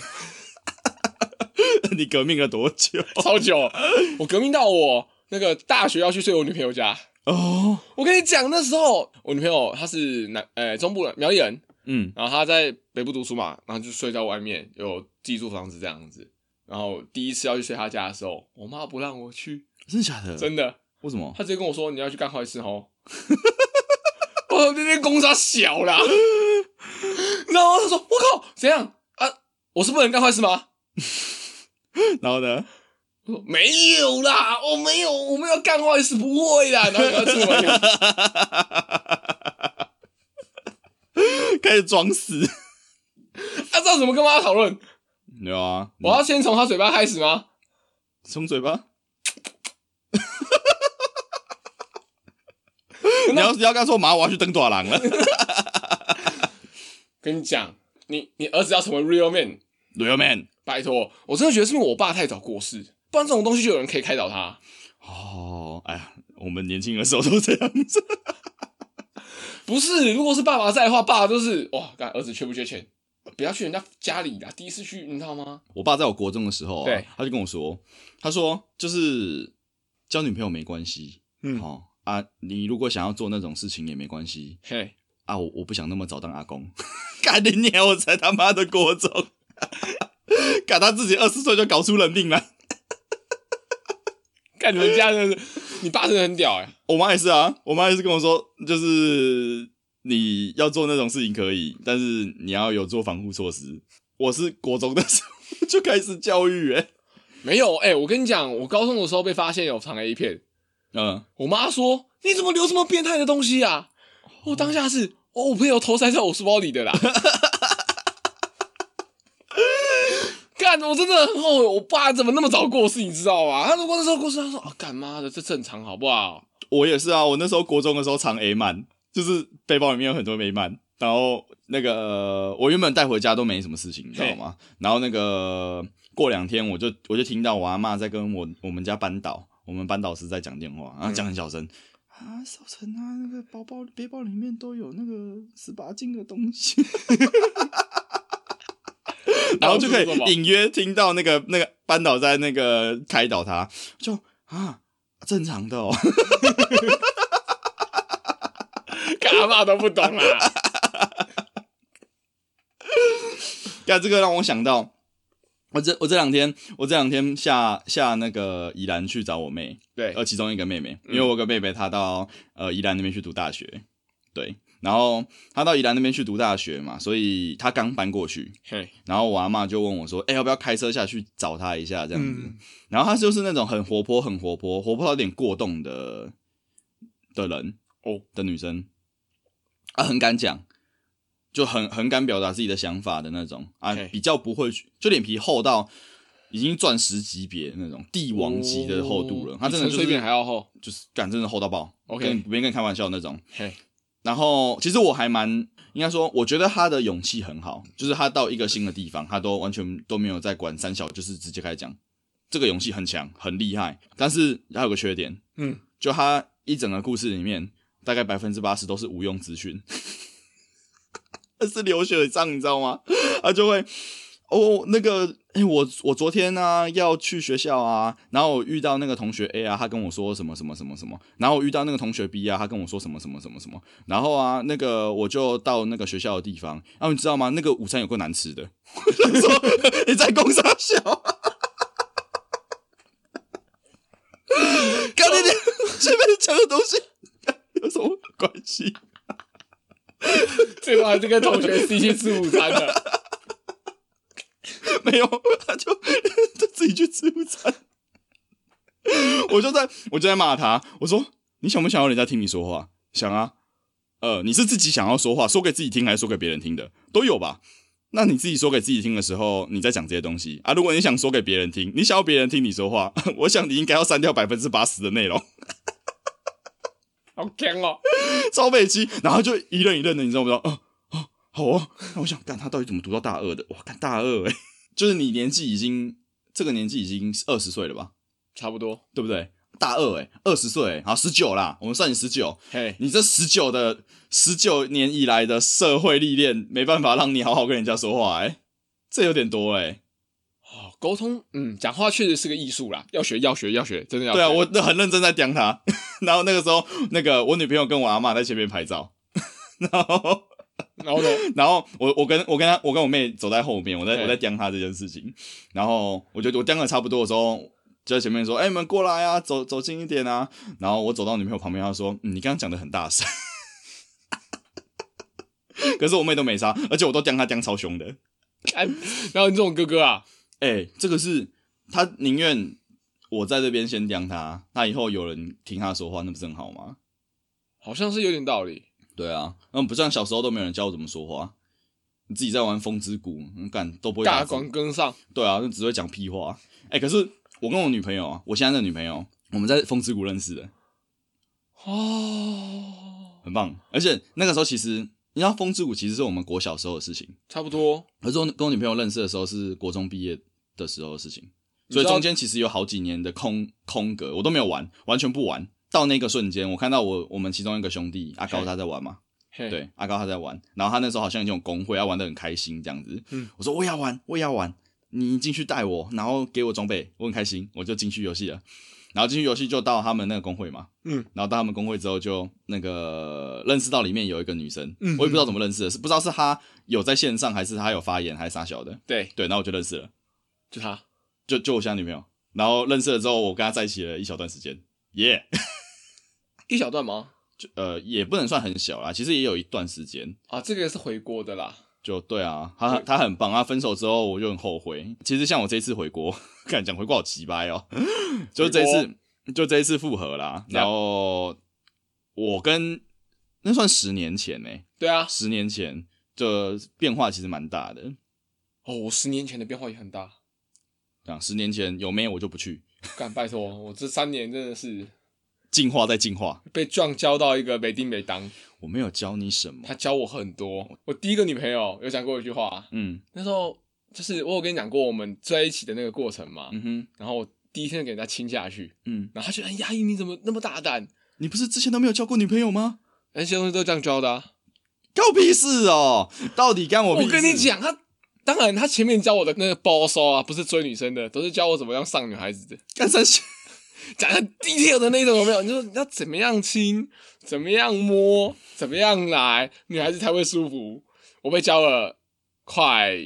Speaker 2: 你革命了多久？
Speaker 3: 超久。 我革命到我那个大学要去睡我女朋友家。
Speaker 2: 哦，
Speaker 3: 我跟你讲，那时候我女朋友她是南呃中部人苗栗人，
Speaker 2: 嗯
Speaker 3: 然后她在北部读书嘛，然后就睡在外面，有自己住房子这样子。然后第一次要去睡她家的时候，我妈不让我去，
Speaker 2: 真的假的？
Speaker 3: 真的，
Speaker 2: 为 什么？
Speaker 3: 她直接跟我说你要去干坏事哦。 我说那天公差小 啦，然后她说我靠怎样啊？我是不能干坏事吗？
Speaker 2: 然后呢？
Speaker 3: 我说没有啦，我没有，我没有干坏事，不会啦。然后要出门，
Speaker 2: 开始装死？
Speaker 3: 他知道怎么跟妈讨论？
Speaker 2: 没有啊，
Speaker 3: 我要先从他嘴巴开始吗？
Speaker 2: 从嘴巴。你
Speaker 3: 那
Speaker 2: 要你要跟他说妈，我要去登短廊了。
Speaker 3: 跟你讲，你你儿子要成为 real man，
Speaker 2: Real man，
Speaker 3: 拜托，我真的觉得是因为我爸太早过世，不然这种东西就有人可以开导他。
Speaker 2: 哦，哎呀，我们年轻的时候都这样子。
Speaker 3: 不是，如果是爸爸在的话，爸爸都是哇，干儿子缺不缺钱？不要去人家家里啦，第一次去，你知道吗？
Speaker 2: 我爸在我国中的时候、啊
Speaker 3: 对，
Speaker 2: 他就跟我说，他说就是交女朋友没关系，哦
Speaker 3: 嗯
Speaker 2: 好、啊，你如果想要做那种事情也没关系
Speaker 3: 嘿，
Speaker 2: 啊，我我不想那么早当阿公， 干你娘！我才他妈的国中， 干他自己二十岁就搞出人命来，
Speaker 3: 干你们家真的是，你爸真的很屌哎、
Speaker 2: 我妈也是啊，我妈也是跟我说，就是你要做那种事情可以，但是你要有做防护措施。我是国中的时候就开始教育、欸，
Speaker 3: 没有哎、我跟你讲，我高中的时候被发现有藏 A 片，
Speaker 2: 嗯，
Speaker 3: 我妈说你怎么留这么变态的东西啊？我当下是，哦，我朋友偷塞在我书包里的啦。 干，我真的很后悔，我爸怎么那么早过世，你知道吗？他如果那时候过世，他说啊，干妈的，这正常好不好？
Speaker 2: 我也是啊，我那时候国中的时候藏 A 漫，就是背包里面有很多 A 漫，然后那个、呃我原本带回家都没什么事情，你知道吗？然后那个过两天我就我就听到我阿妈在跟我我们家班导，我们班导师在讲电话，然后讲很小声。啊，少晨啊，那个包包背包里面都有那个十八禁的东西，然后就可以隐约听到那个那个班导在那个开导他，就啊，正常的哦，
Speaker 3: 干嘛都不懂啦。
Speaker 2: 呀，这个让我想到，我这我这两天我这两天下下那个宜兰去找我妹，
Speaker 3: 对，
Speaker 2: 呃，其中一个妹妹，因为我有个妹妹她到呃宜兰那边去读大学，对，然后她到宜兰那边去读大学嘛，所以她刚搬过去，
Speaker 3: 嘿，
Speaker 2: 然后我阿妈就问我说，哎、要不要开车下去找她一下这样子？
Speaker 3: 嗯
Speaker 2: 然后她就是那种很活泼、很活泼、活泼到有点过动的的人
Speaker 3: 哦
Speaker 2: 的女生，啊，很敢讲。就很很敢表达自己的想法的那种啊
Speaker 3: OK
Speaker 2: 比较不会去就脸皮厚到已经钻石级别的那种帝王级的厚度了。她真的
Speaker 3: 哦比
Speaker 2: 就
Speaker 3: 陈水扁还
Speaker 2: 是
Speaker 3: 要厚。
Speaker 2: 就是敢真的厚到爆
Speaker 3: OK
Speaker 2: 跟别人跟你开玩笑的那种。
Speaker 3: 嘿，
Speaker 2: 然后其实我还蛮应该说，我觉得他的勇气很好，就是他到一个新的地方，他都完全都没有在管三小，就是直接开始讲，这个勇气很强，很厉害。但是他有个缺点，
Speaker 3: 嗯，
Speaker 2: 就他一整个故事里面，大概百分之八十都是无用资讯， 那是流水账，你知道吗？他就会。哦，那个，哎、我我昨天呢、要去学校啊，然后我遇到那个同学 A 啊，他跟我说什么什么什么什么，然后我遇到那个同学 B 啊，他跟我说什么什么什么什么，然后啊，那个我就到那个学校的地方，然、后你知道吗？那个午餐有够难吃的，我想说你在攻啥小、啊？跟你娘前面讲的东西有什么关系？
Speaker 3: 最后还是跟同学 C 去吃午餐的。
Speaker 2: 没有，他就就自己去吃午餐。我就在我就在骂他，我说你想不想要人家听你说话？想啊，呃，你是自己想要说话，说给自己听还是说给别人听的，都有吧？那你自己说给自己听的时候，你在讲这些东西啊。如果你想说给别人听，你想要别人听你说话， 我想你应该要删掉百分之八十的内容，
Speaker 3: 好强哦！
Speaker 2: 超北七，然后就一愣一愣的，你知道不知道？哦哦，好啊。那我想，干他到底怎么读到大二的？哇，干大二哎、 就是你年纪已经这个年纪已经二十岁了吧？
Speaker 3: 差不多。
Speaker 2: 对不对？大二哎、二十岁欸，好十九啦，我们算你十九。
Speaker 3: 嘿，
Speaker 2: 你这十九的十九年以来的社会历练，没办法让你好好跟人家说话哎、这有点多哎、
Speaker 3: 哦，沟通，嗯，讲话确实是个艺术啦，要学，要学，要学，真的要学。
Speaker 2: 对啊，我很认真在刁他。 然后那个时候，那个我女朋友跟我阿妈在前面拍照，然后
Speaker 3: 然后呢？
Speaker 2: 然后我我跟我跟他我跟我妹走在后面，我在
Speaker 3: 对
Speaker 2: 我在刁他这件事情，然后我觉得我刁的差不多的时候，就在前面说：“哎、你们过来啊，走走近一点啊。”然后我走到女朋友旁边，她说：“嗯、你刚刚讲的很大声。” 可是我妹都没杀，而且我都刁她刁超凶的。
Speaker 3: 哎，然后你这种哥哥啊，
Speaker 2: 哎、这个是她宁愿我在这边先刁她，她以后有人听她说话，那不是很好吗？
Speaker 3: 好像是有点道理。
Speaker 2: 对啊，那不像小时候都没有人教我怎么说话，你自己在玩风之谷，你干都不会打
Speaker 3: 大
Speaker 2: 字
Speaker 3: 光跟上，
Speaker 2: 对啊，就只会讲屁话。哎、可是我跟我女朋友啊，我现在的女朋友，我们在风之谷认识的，
Speaker 3: 哦，
Speaker 2: 很棒。而且那个时候其实，你知道风之谷其实是我们国小时候的事情，
Speaker 3: 差不多。
Speaker 2: 可是我跟我女朋友认识的时候是国中毕业的时候的事情，
Speaker 3: 你知
Speaker 2: 所
Speaker 3: 道
Speaker 2: 以中间其实有好几年的空空格，我都没有玩，完全不玩。到那个瞬间，我看到我我们其中一个兄弟阿高
Speaker 3: 嘿
Speaker 2: 他在玩嘛，
Speaker 3: 嘿，，
Speaker 2: 对，阿高他在玩，然后他那时候好像已经有工会，他玩的很开心这样子。
Speaker 3: 嗯
Speaker 2: 我说我也要玩，我也要玩，你进去带我，然后给我装备，我很开心，我就进去游戏了。然后进去游戏就到他们那个工会嘛，
Speaker 3: 嗯，
Speaker 2: 然后到他们工会之后就那个认识到里面有一个女生，
Speaker 3: 嗯
Speaker 2: 我也不知道怎么认识的，是不知道是她有在线上还是她有发言还是啥小的，
Speaker 3: 对，
Speaker 2: 对，然后我就认识了，
Speaker 3: 就他，
Speaker 2: 就就我现在女朋友，然后认识了之后我跟她在一起了一小段时间，耶、
Speaker 3: 一小段吗？
Speaker 2: 就呃也不能算很小啦，其实也有一段时间，
Speaker 3: 啊，这个是回国的啦。
Speaker 2: 就对啊，他他很棒。他分手之后，我就很后悔。其实像我这一次回国， 看讲回国好奇掰哦，就这一
Speaker 3: 回
Speaker 2: 次，就这一次复合啦。
Speaker 3: Yep
Speaker 2: 然后我跟那算十年前呢、
Speaker 3: 对啊，
Speaker 2: 十年前这变化其实蛮大的。
Speaker 3: 哦，我十年前的变化也很大。
Speaker 2: 啊，十年前有妹我就不去，
Speaker 3: 干，拜托， 我这三年真的是
Speaker 2: 进化再进化。
Speaker 3: 被撞教到一个没丁没当。
Speaker 2: 我没有教你什么
Speaker 3: 他，教我很多。我第一个女朋友有讲过一句话，
Speaker 2: 嗯
Speaker 3: 那时候就是我有跟你讲过我们在一起的那个过程嘛。
Speaker 2: 嗯哼
Speaker 3: 然后我第一天就给人家亲下去，
Speaker 2: 嗯，
Speaker 3: 然后他就很压抑，你怎么那么大胆？
Speaker 2: 你不是之前都没有交过女朋友吗？
Speaker 3: 那些东西都这样教的、啊。
Speaker 2: 告屁事哦！到底干我屁
Speaker 3: 我
Speaker 2: 事？
Speaker 3: 跟你，讲，他当然他前面教我的那个包收啊，不是追女生的，都是教我怎么样上女孩子的，
Speaker 2: 干三小
Speaker 3: 讲的 detail 的那种有没有？你说你要怎么样亲，怎么样摸，怎么样来，女孩子才会舒服。我被教了快，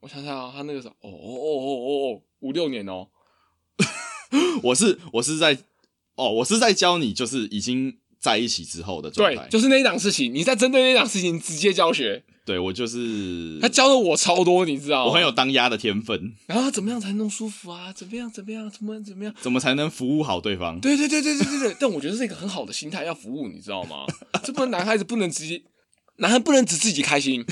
Speaker 3: 我想想啊，他那个时候，哦哦哦哦哦，五六年哦，
Speaker 2: 我是我是在哦，我是在教你，就是已经在一起之后的状
Speaker 3: 对
Speaker 2: 态。，
Speaker 3: 就是那一档事情，你在针对那一档事情直接教学，
Speaker 2: 对我就是
Speaker 3: 他教了我超多，你知道吗？
Speaker 2: 我很有当鸭的天分，
Speaker 3: 然啊后怎么样才能弄舒服啊？怎么样？怎么样？怎么样？怎么样？
Speaker 2: 怎么才能服务好对方？
Speaker 3: 对对对对对对对。但我觉得是一个很好的心态，要服务，你知道吗？这不能男孩子不能直接，男孩不能只自己开心。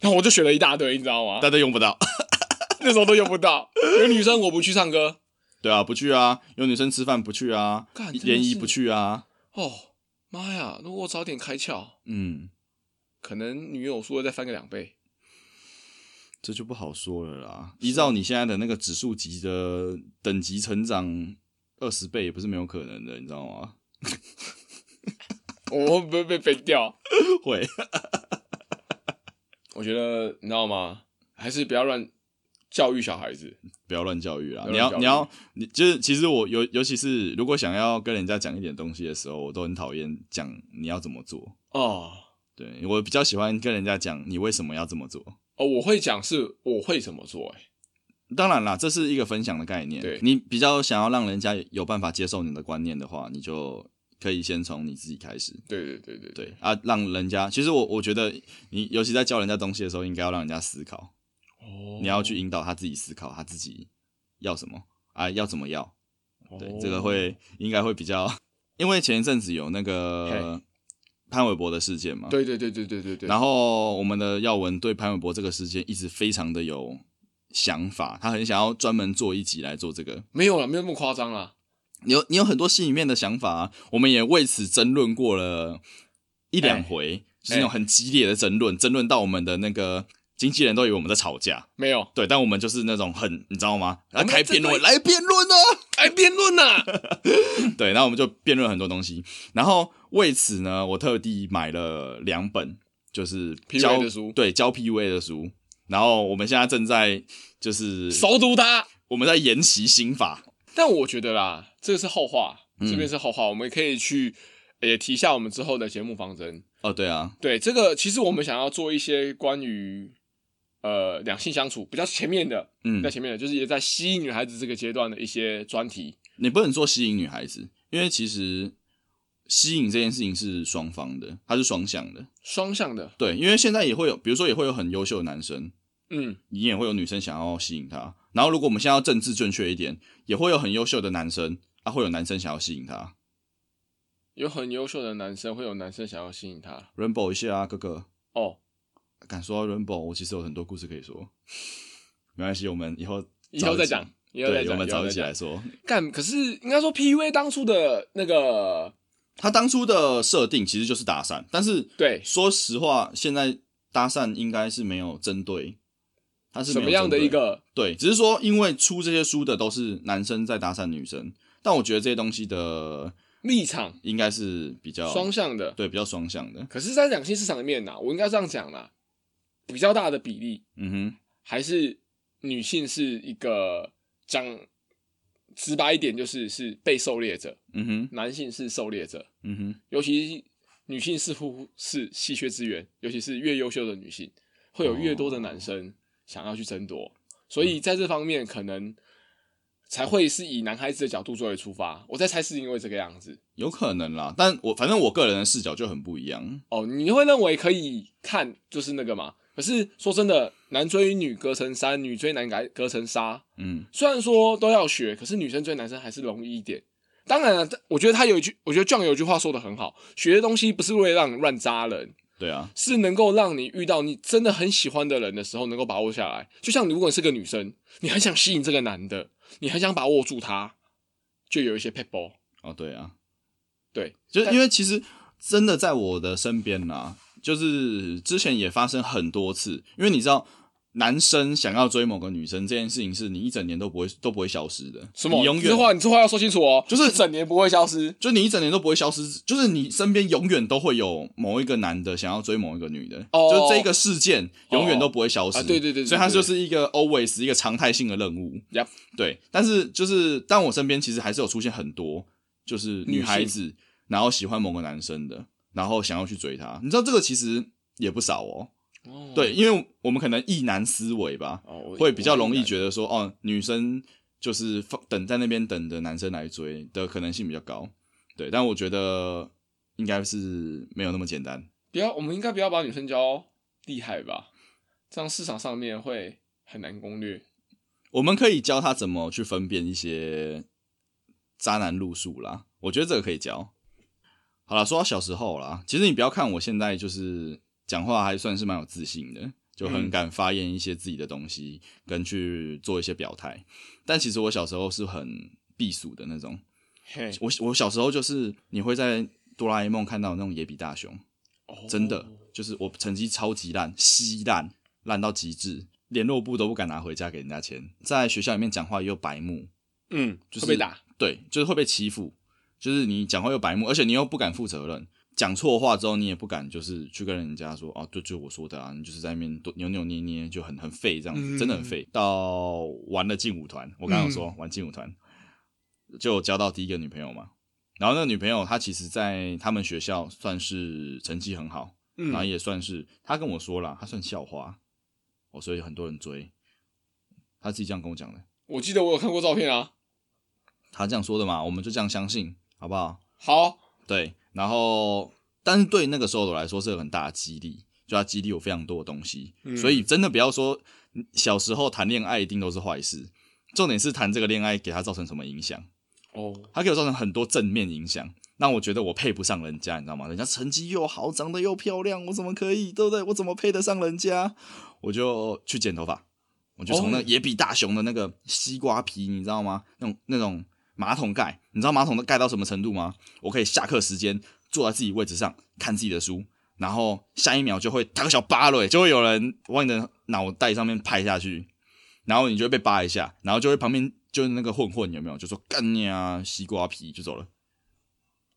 Speaker 3: 然后我就学了一大堆，你知道吗？
Speaker 2: 大家用不到。
Speaker 3: 那时候都用不到。有女生我不去唱歌
Speaker 2: 对啊，不去啊，有女生吃饭不去啊
Speaker 3: 干，真的
Speaker 2: 联谊
Speaker 3: 是
Speaker 2: 不去啊，
Speaker 3: 哦，妈呀！如果我早点开窍，
Speaker 2: 嗯，
Speaker 3: 可能女友数会再翻个两倍。
Speaker 2: 这就不好说了啦。依照你现在的那个指数级的等级成长二十倍，也不是没有可能的，你知道吗？
Speaker 3: 我会不会被飞掉？
Speaker 2: 会，
Speaker 3: 我觉得你知道吗？还是不要乱教育小孩子。
Speaker 2: 不要乱教育啦！
Speaker 3: 不
Speaker 2: 你
Speaker 3: 要
Speaker 2: 要
Speaker 3: 乱
Speaker 2: 你
Speaker 3: 教
Speaker 2: 要你就是，其实我尤尤其是如果想要跟人家讲一点东西的时候，我都很讨厌讲你要怎么做。
Speaker 3: 哦
Speaker 2: 对我比较喜欢跟人家讲你为什么要这么做。
Speaker 3: 哦，我会讲是我会怎么做、欸，
Speaker 2: 当然啦，这是一个分享的概念。
Speaker 3: 对
Speaker 2: 你比较想要让人家有办法接受你的观念的话，你就可以先从你自己开始。
Speaker 3: 对对对对对，
Speaker 2: 对啊，让人家其实我我觉得你尤其在教人家东西的时候，应该要让人家思考，
Speaker 3: 哦
Speaker 2: 你要去引导他自己思考他自己要什么啊，要怎么要。
Speaker 3: 哦
Speaker 2: 对，这个会应该会比较，因为前一阵子有那个
Speaker 3: 嘿
Speaker 2: 潘玮柏的事件嘛，
Speaker 3: 哦，，对对对对对对对，
Speaker 2: 然
Speaker 3: 后
Speaker 2: 后我们的耀文对潘玮柏这个事件一直非常的有想法，他很想要专门做一集来做这个。
Speaker 3: 没有了，没有那么夸张啦，
Speaker 2: 你有你有很多心里面的想法、啊，我们也为此争论过了一两
Speaker 3: 哎
Speaker 2: 回，就是那种很激烈的争论，争论到我们的那个。经纪人都以为我们在吵架，
Speaker 3: 没有，
Speaker 2: 对，但我们就是那种很，你知道吗？来
Speaker 3: 们
Speaker 2: 开
Speaker 3: 针
Speaker 2: 辩论，
Speaker 3: 对
Speaker 2: 来辩论啊！
Speaker 3: 哎，辩论呐，
Speaker 2: 对，然后我们就辩论很多东西。然后为此呢，我特地买了两本就是教
Speaker 3: PUA 的书
Speaker 2: 对，教 PUA 的书。然后我们现在正在就是
Speaker 3: 熟读他。
Speaker 2: 我们在研习心法，
Speaker 3: 但我觉得啦，这个是后话，
Speaker 2: 嗯
Speaker 3: 这边是后话，我们可以去也提一下我们之后的节目方针。
Speaker 2: 哦，对啊，
Speaker 3: 对，这个其实我们想要做一些关于呃两性相处比较前面的，
Speaker 2: 嗯
Speaker 3: 比较，前面的，就是也在吸引女孩子这个阶段的一些专题。
Speaker 2: 你不能说吸引女孩子，因为其实吸引这件事情是双方的，它是双向的。
Speaker 3: 双向的，
Speaker 2: 对，因为现在也会有，比如说也会有很优秀的男生，
Speaker 3: 嗯，
Speaker 2: 你也会有女生想要吸引他。然后如果我们现在要政治正确一点，也会有很优秀的男生，啊，会有男生想要吸引他。
Speaker 3: 有很优秀的男生，会有男生想要吸引他。
Speaker 2: Rainbow 一下啊，哥哥。
Speaker 3: 哦，
Speaker 2: 敢说到 Rainbow，我其实有很多故事可以说。 没关系，我们以后
Speaker 3: 以后
Speaker 2: 找
Speaker 3: 再
Speaker 2: 一
Speaker 3: 讲
Speaker 2: 集，，
Speaker 3: 以后再
Speaker 2: 对，
Speaker 3: 讲，
Speaker 2: 我们
Speaker 3: 以后
Speaker 2: 找
Speaker 3: 再
Speaker 2: 一起
Speaker 3: 讲
Speaker 2: 来说。
Speaker 3: 干，可是应该说 PUA 当初的那个
Speaker 2: 他当初的设定其实就是搭讪，但是
Speaker 3: 对
Speaker 2: 说实话，现在搭讪应该是没有针对，他是
Speaker 3: 什
Speaker 2: 没有
Speaker 3: 么样的
Speaker 2: 针对
Speaker 3: 一个
Speaker 2: 对，只是说因为出这些书的都是男生在搭讪女生，但我觉得这些东西的
Speaker 3: 立场，
Speaker 2: 应该是比较
Speaker 3: 双，向的。
Speaker 2: 对，比较双向的。
Speaker 3: 可是，在两性市场里面呢、啊我应该这样讲啦，比较大的比例
Speaker 2: 嗯哼，
Speaker 3: 还是女性是一个讲直白一点就是是被狩猎者，
Speaker 2: 嗯哼，
Speaker 3: 男性是狩猎者，
Speaker 2: 嗯哼，
Speaker 3: 尤其女性似乎是稀缺资源，尤其是越优秀的女性，会有越多的男生想要去争夺，所以在这方面可能才会是以男孩子的角度作为出发。我在猜是因为这个样子
Speaker 2: 有可能啦，但我反正我个人的视角就很不一样。
Speaker 3: 哦，你会认为可以看就是那个嘛？可是说真的，男追女隔层山，女追男隔隔层纱，
Speaker 2: 嗯
Speaker 3: 虽然说都要学，可是女生追男生还是容易一点。当然了，我觉得他有一句，我觉得 John 有一句话说的很好，学的东西不是为了让你乱扎人，
Speaker 2: 对啊，
Speaker 3: 是能够让你遇到你真的很喜欢的人的时候，能够把握下来。就像如果你是个女生，你很想吸引这个男的，你很想把握住他，就有一些 p e b l e
Speaker 2: 哦对啊，
Speaker 3: 对，
Speaker 2: 就
Speaker 3: 但
Speaker 2: 因为其实真的在我的身边啦、就是之前也发生很多次，因为你知道。男生想要追某个女生这件事情，是你一整年都不会都不会消失的。
Speaker 3: 什么？
Speaker 2: 你永
Speaker 3: 你这话
Speaker 2: 远
Speaker 3: 你这话要说清楚哦，
Speaker 2: 就是
Speaker 3: 整年不会消失。
Speaker 2: 就你一整年都不会消失，就是你身边永远都会有某一个男的想要追某一个女的，
Speaker 3: 哦
Speaker 2: 就是这一个事件永远都不会消失。
Speaker 3: 哦啊对对对对
Speaker 2: 所以它就是一个 always 一个常态性的任务。
Speaker 3: Yep
Speaker 2: 对，但是就是但我身边其实还是有出现很多就是女孩子，然后喜欢某个男生的，然后想要去追他，你知道这个其实也不少哦。
Speaker 3: 哦
Speaker 2: 对，，因为我们可能意男思维吧，
Speaker 3: 哦
Speaker 2: 会比较容易觉得说，哦，女生就是放等在那边等着男生来追的可能性比较高。对，但我觉得应该是没有那么简单。
Speaker 3: 不要，我们应该不要把女生教厉害吧？这样市场上面会很难攻略。
Speaker 2: 我们可以教他怎么去分辨一些渣男路数啦，我觉得这个可以教。好了，说到小时候啦，其实你不要看我现在就是讲话还算是蛮有自信的，就很
Speaker 3: 嗯
Speaker 2: 敢发言一些自己的东西，跟去做一些表态。但其实我小时候是很避暑的那种，
Speaker 3: 嘿，
Speaker 2: 我我小时候就是你会在哆啦 A 梦看到那种野比大雄，
Speaker 3: 哦
Speaker 2: 真的、就是我成绩超级烂，稀烂，烂到极致，联络簿都不敢拿回家给人家签，在学校里面讲话又白目，
Speaker 3: 嗯，
Speaker 2: 就是
Speaker 3: 会被打。
Speaker 2: 对，就是会被欺负，就是你讲话又白目，而且你又不敢负责任。讲错话之后，你也不敢就是去跟人家说哦，对，就我说的啊，你就是在那边多扭扭捏捏，就很很废这样子，
Speaker 3: 嗯
Speaker 2: 真的很废。到玩了劲舞团，我刚刚有说、玩劲舞团，就交到第一个女朋友嘛。然后那个女朋友她其实，在他们学校算是成绩很好，然后
Speaker 3: 嗯，
Speaker 2: 也算是她跟我说了，她算校花，哦，所以很多人追。她自己这样跟我讲的，
Speaker 3: 我记得我有看过照片啊。
Speaker 2: 她这样说的嘛，我们就这样相信，好不好？
Speaker 3: 好，
Speaker 2: 对，然后但是对那个时候的我来说是有很大的激励，就它激励我非常多的东西，
Speaker 3: 嗯
Speaker 2: 所以真的不要说嗯小时候谈恋爱一定都是坏事，重点是谈这个恋爱给他造成什么影响，
Speaker 3: 哦，
Speaker 2: 他给我造成很多正面影响。让我觉得我配不上人家，你知道吗？人家成绩又好，长得又漂亮，我怎么可以，对不对？我怎么配得上人家？我就去剪头发，我就从那
Speaker 3: 哦
Speaker 2: 野比大雄的那个西瓜皮，你知道吗？那种那种马桶盖，你知道马桶盖到什么程度吗？我可以下课时间坐在自己位置上看自己的书，然后下一秒就会打个小巴雷，就会有人往你的脑袋上面拍下去，然后你就会被扒一下，然后就会旁边就是那个混混有没有就说干你啊西瓜皮就走了，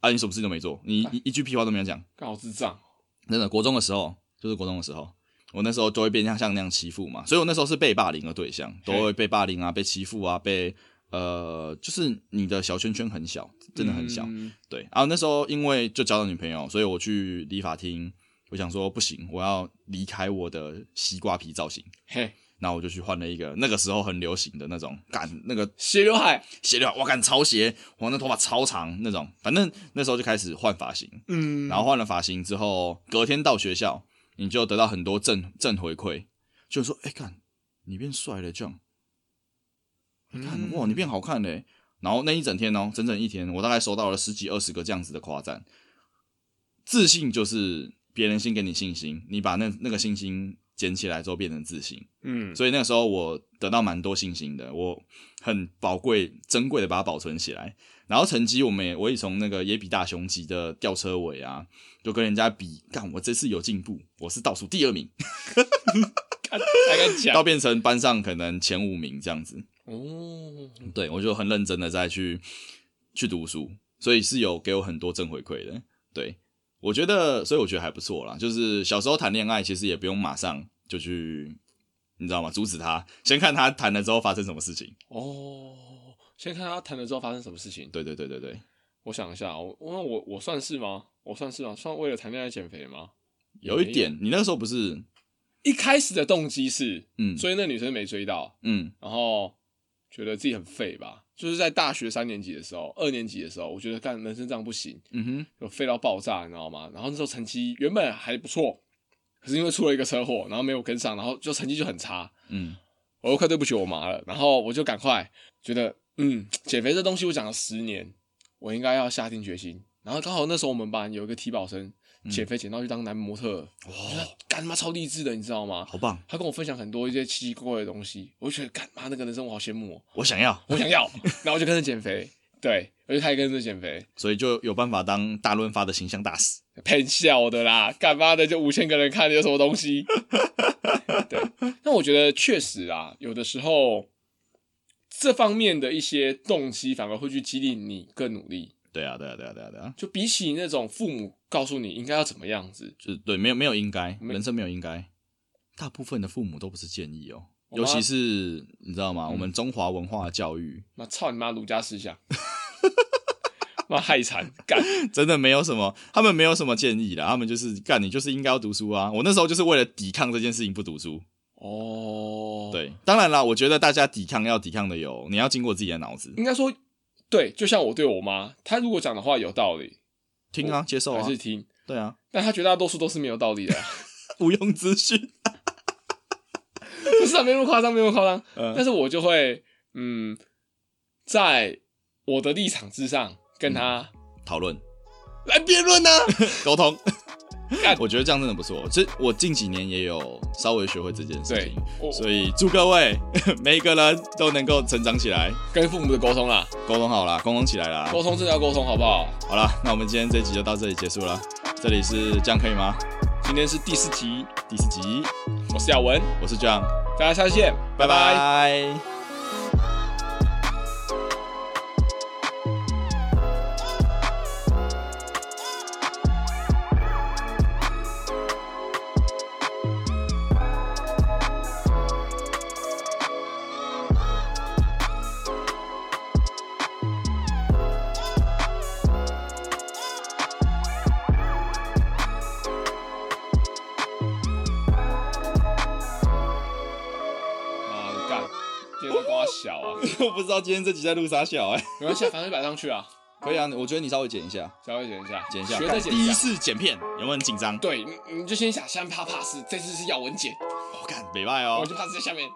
Speaker 2: 啊你什么事都没做，你一一句屁话都没有讲，
Speaker 3: 刚好智障。
Speaker 2: 真的国中的时候就是国中的时候。我那时候都会被像像那样欺负嘛，所以我那时候是被霸凌的对象，都会被霸凌啊，被欺负啊，被呃，就是你的小圈圈很小，真的很小。
Speaker 3: 嗯
Speaker 2: 对，然后那时候因为就交到女朋友，所以我去理发厅，我想说不行，我要离开我的西瓜皮造型，
Speaker 3: 嘿，
Speaker 2: 然后我就去换了一个那个时候很流行的那种，干那个
Speaker 3: 斜刘海，
Speaker 2: 斜刘海，哇，干超斜，我那头发超长那种，反正那时候就开始换发型，
Speaker 3: 嗯
Speaker 2: 然后换了发型之后，隔天到学校，你就得到很多正正回馈，就说：“哎、看你变帅了，这样，
Speaker 3: 嗯
Speaker 2: 哎看哇，你变好看嘞。”然后那一整天哦，整整一天，我大概收到了十几二十个这样子的夸赞。自信就是别人先给你信心，你把那那个信心捡起来之后变成自信。
Speaker 3: 嗯，
Speaker 2: 所以那个时候我得到蛮多信心的，我很宝贵、珍贵的把它保存起来。然后成绩我们也，我也从那个野比大雄级的吊车尾啊，就跟人家比，干我这次有进步，我是倒数第二名，
Speaker 3: 啊大概
Speaker 2: 到
Speaker 3: 讲
Speaker 2: 变成班上可能前五名这样子。
Speaker 3: 哦，
Speaker 2: 对我就很认真的在去去读书，所以是有给我很多正回馈的。对我觉得，所以我觉得还不错啦。就是小时候谈恋爱，其实也不用马上就去，你知道吗？阻止他，先看他谈了之后发生什么事情。
Speaker 3: 哦，先看他谈了之后发生什么事情。
Speaker 2: 对对对对对，
Speaker 3: 我想一下，我我我我算是吗？我算是吗？算为了谈恋爱减肥吗？
Speaker 2: 有一点，你那时候不是，
Speaker 3: 一开始的动机是
Speaker 2: 嗯
Speaker 3: 追那女生没追到，
Speaker 2: 嗯
Speaker 3: 然后觉得自己很废吧。就是在大学三年级的时候，二年级的时候，我觉得干人生这样不行，
Speaker 2: 嗯哼，
Speaker 3: 就废到爆炸，你知道吗？然后那时候成绩原本还不错，可是因为出了一个车祸，然后没有跟上，然后就成绩就很差，
Speaker 2: 嗯
Speaker 3: 我都快对不起我妈了。然后我就赶快觉得，嗯，减肥这东西我讲了十年，我应该要下定决心。然后刚好那时候我们班有一个体保生减肥减到去当男模特，我觉
Speaker 2: 哦
Speaker 3: 得干他妈超励志的，你知道吗？
Speaker 2: 好棒，
Speaker 3: 他跟我分享很多一些奇奇怪怪的东西，我就觉得干妈那个人生我好羡慕、哦，
Speaker 2: 我想要，
Speaker 3: 我想要，然后我就跟着减肥，对，我就开始跟着减肥，
Speaker 2: 所以就有办法当大润发的形象大使。
Speaker 3: 骗笑的啦，干嘛的就五千个人看有什么东西？对，那我觉得确实啊，有的时候这方面的一些动机反而会去激励你更努力。
Speaker 2: 对啊，对啊，对啊，对啊，对啊，
Speaker 3: 就比起那种父母告诉你应该要怎么样子，
Speaker 2: 就是对，没有没有应该，
Speaker 3: 没
Speaker 2: 人生没有应该，大部分的父母都不是建议哦，
Speaker 3: 我妈嗯
Speaker 2: 尤其是你知道吗？我们中华文化的教育
Speaker 3: 妈操你妈儒家思想，妈害惨干。
Speaker 2: 真的没有什么，他们没有什么建议啦，他们就是干你就是应该要读书啊。我那时候就是为了抵抗这件事情不读书。
Speaker 3: 哦，，
Speaker 2: 对，当然啦，我觉得大家抵抗要抵抗的有，你要经过自己的脑子，
Speaker 3: 应该说对，就像我对我妈，她如果讲的话有道理，
Speaker 2: 听啊，接受
Speaker 3: 还
Speaker 2: 啊
Speaker 3: 是，听，
Speaker 2: 对啊，
Speaker 3: 但她绝大多数都是没有道理的。啊
Speaker 2: 无用资讯。
Speaker 3: 不是啊，没那么夸张，没那么夸张。
Speaker 2: 嗯
Speaker 3: 但是我就会，嗯，在我的立场之上跟他
Speaker 2: 讨论、
Speaker 3: 来哎辩论呢。
Speaker 2: 沟通
Speaker 3: 干，
Speaker 2: 我觉得这样真的不错。这我近几年也有稍微学会这件事
Speaker 3: 对
Speaker 2: 情，，
Speaker 3: 我
Speaker 2: 所以祝各位 每一个人都能够成长起来，
Speaker 3: 跟父母的沟通啦，
Speaker 2: 沟通好啦，沟通起来啦。
Speaker 3: 沟通真的要沟通，好不好？
Speaker 2: 好啦，那我们今天这集就到这里结束了。这里是这样可以吗？
Speaker 3: 今天是第四集，
Speaker 2: 第四集，
Speaker 3: 我是亚文，
Speaker 2: 我是 John，
Speaker 3: 大家下次见，拜拜
Speaker 2: 拜
Speaker 3: 妈的干，今天在瓜小啊，
Speaker 2: 我不知道今天这集在录啥小哎、
Speaker 3: 没关系啊，反正就摆上去啊，
Speaker 2: 可以啊，我觉得你稍微剪一下，
Speaker 3: 稍微剪一下，
Speaker 2: 剪一下。
Speaker 3: 学再剪
Speaker 2: 第
Speaker 3: 一
Speaker 2: 一
Speaker 3: 下。
Speaker 2: 次剪片，有没有很紧张？
Speaker 3: 对，你你就先想三趴 pass，这次是亚文剪，
Speaker 2: 我看北拜哦
Speaker 3: 我。就 pass 在下面。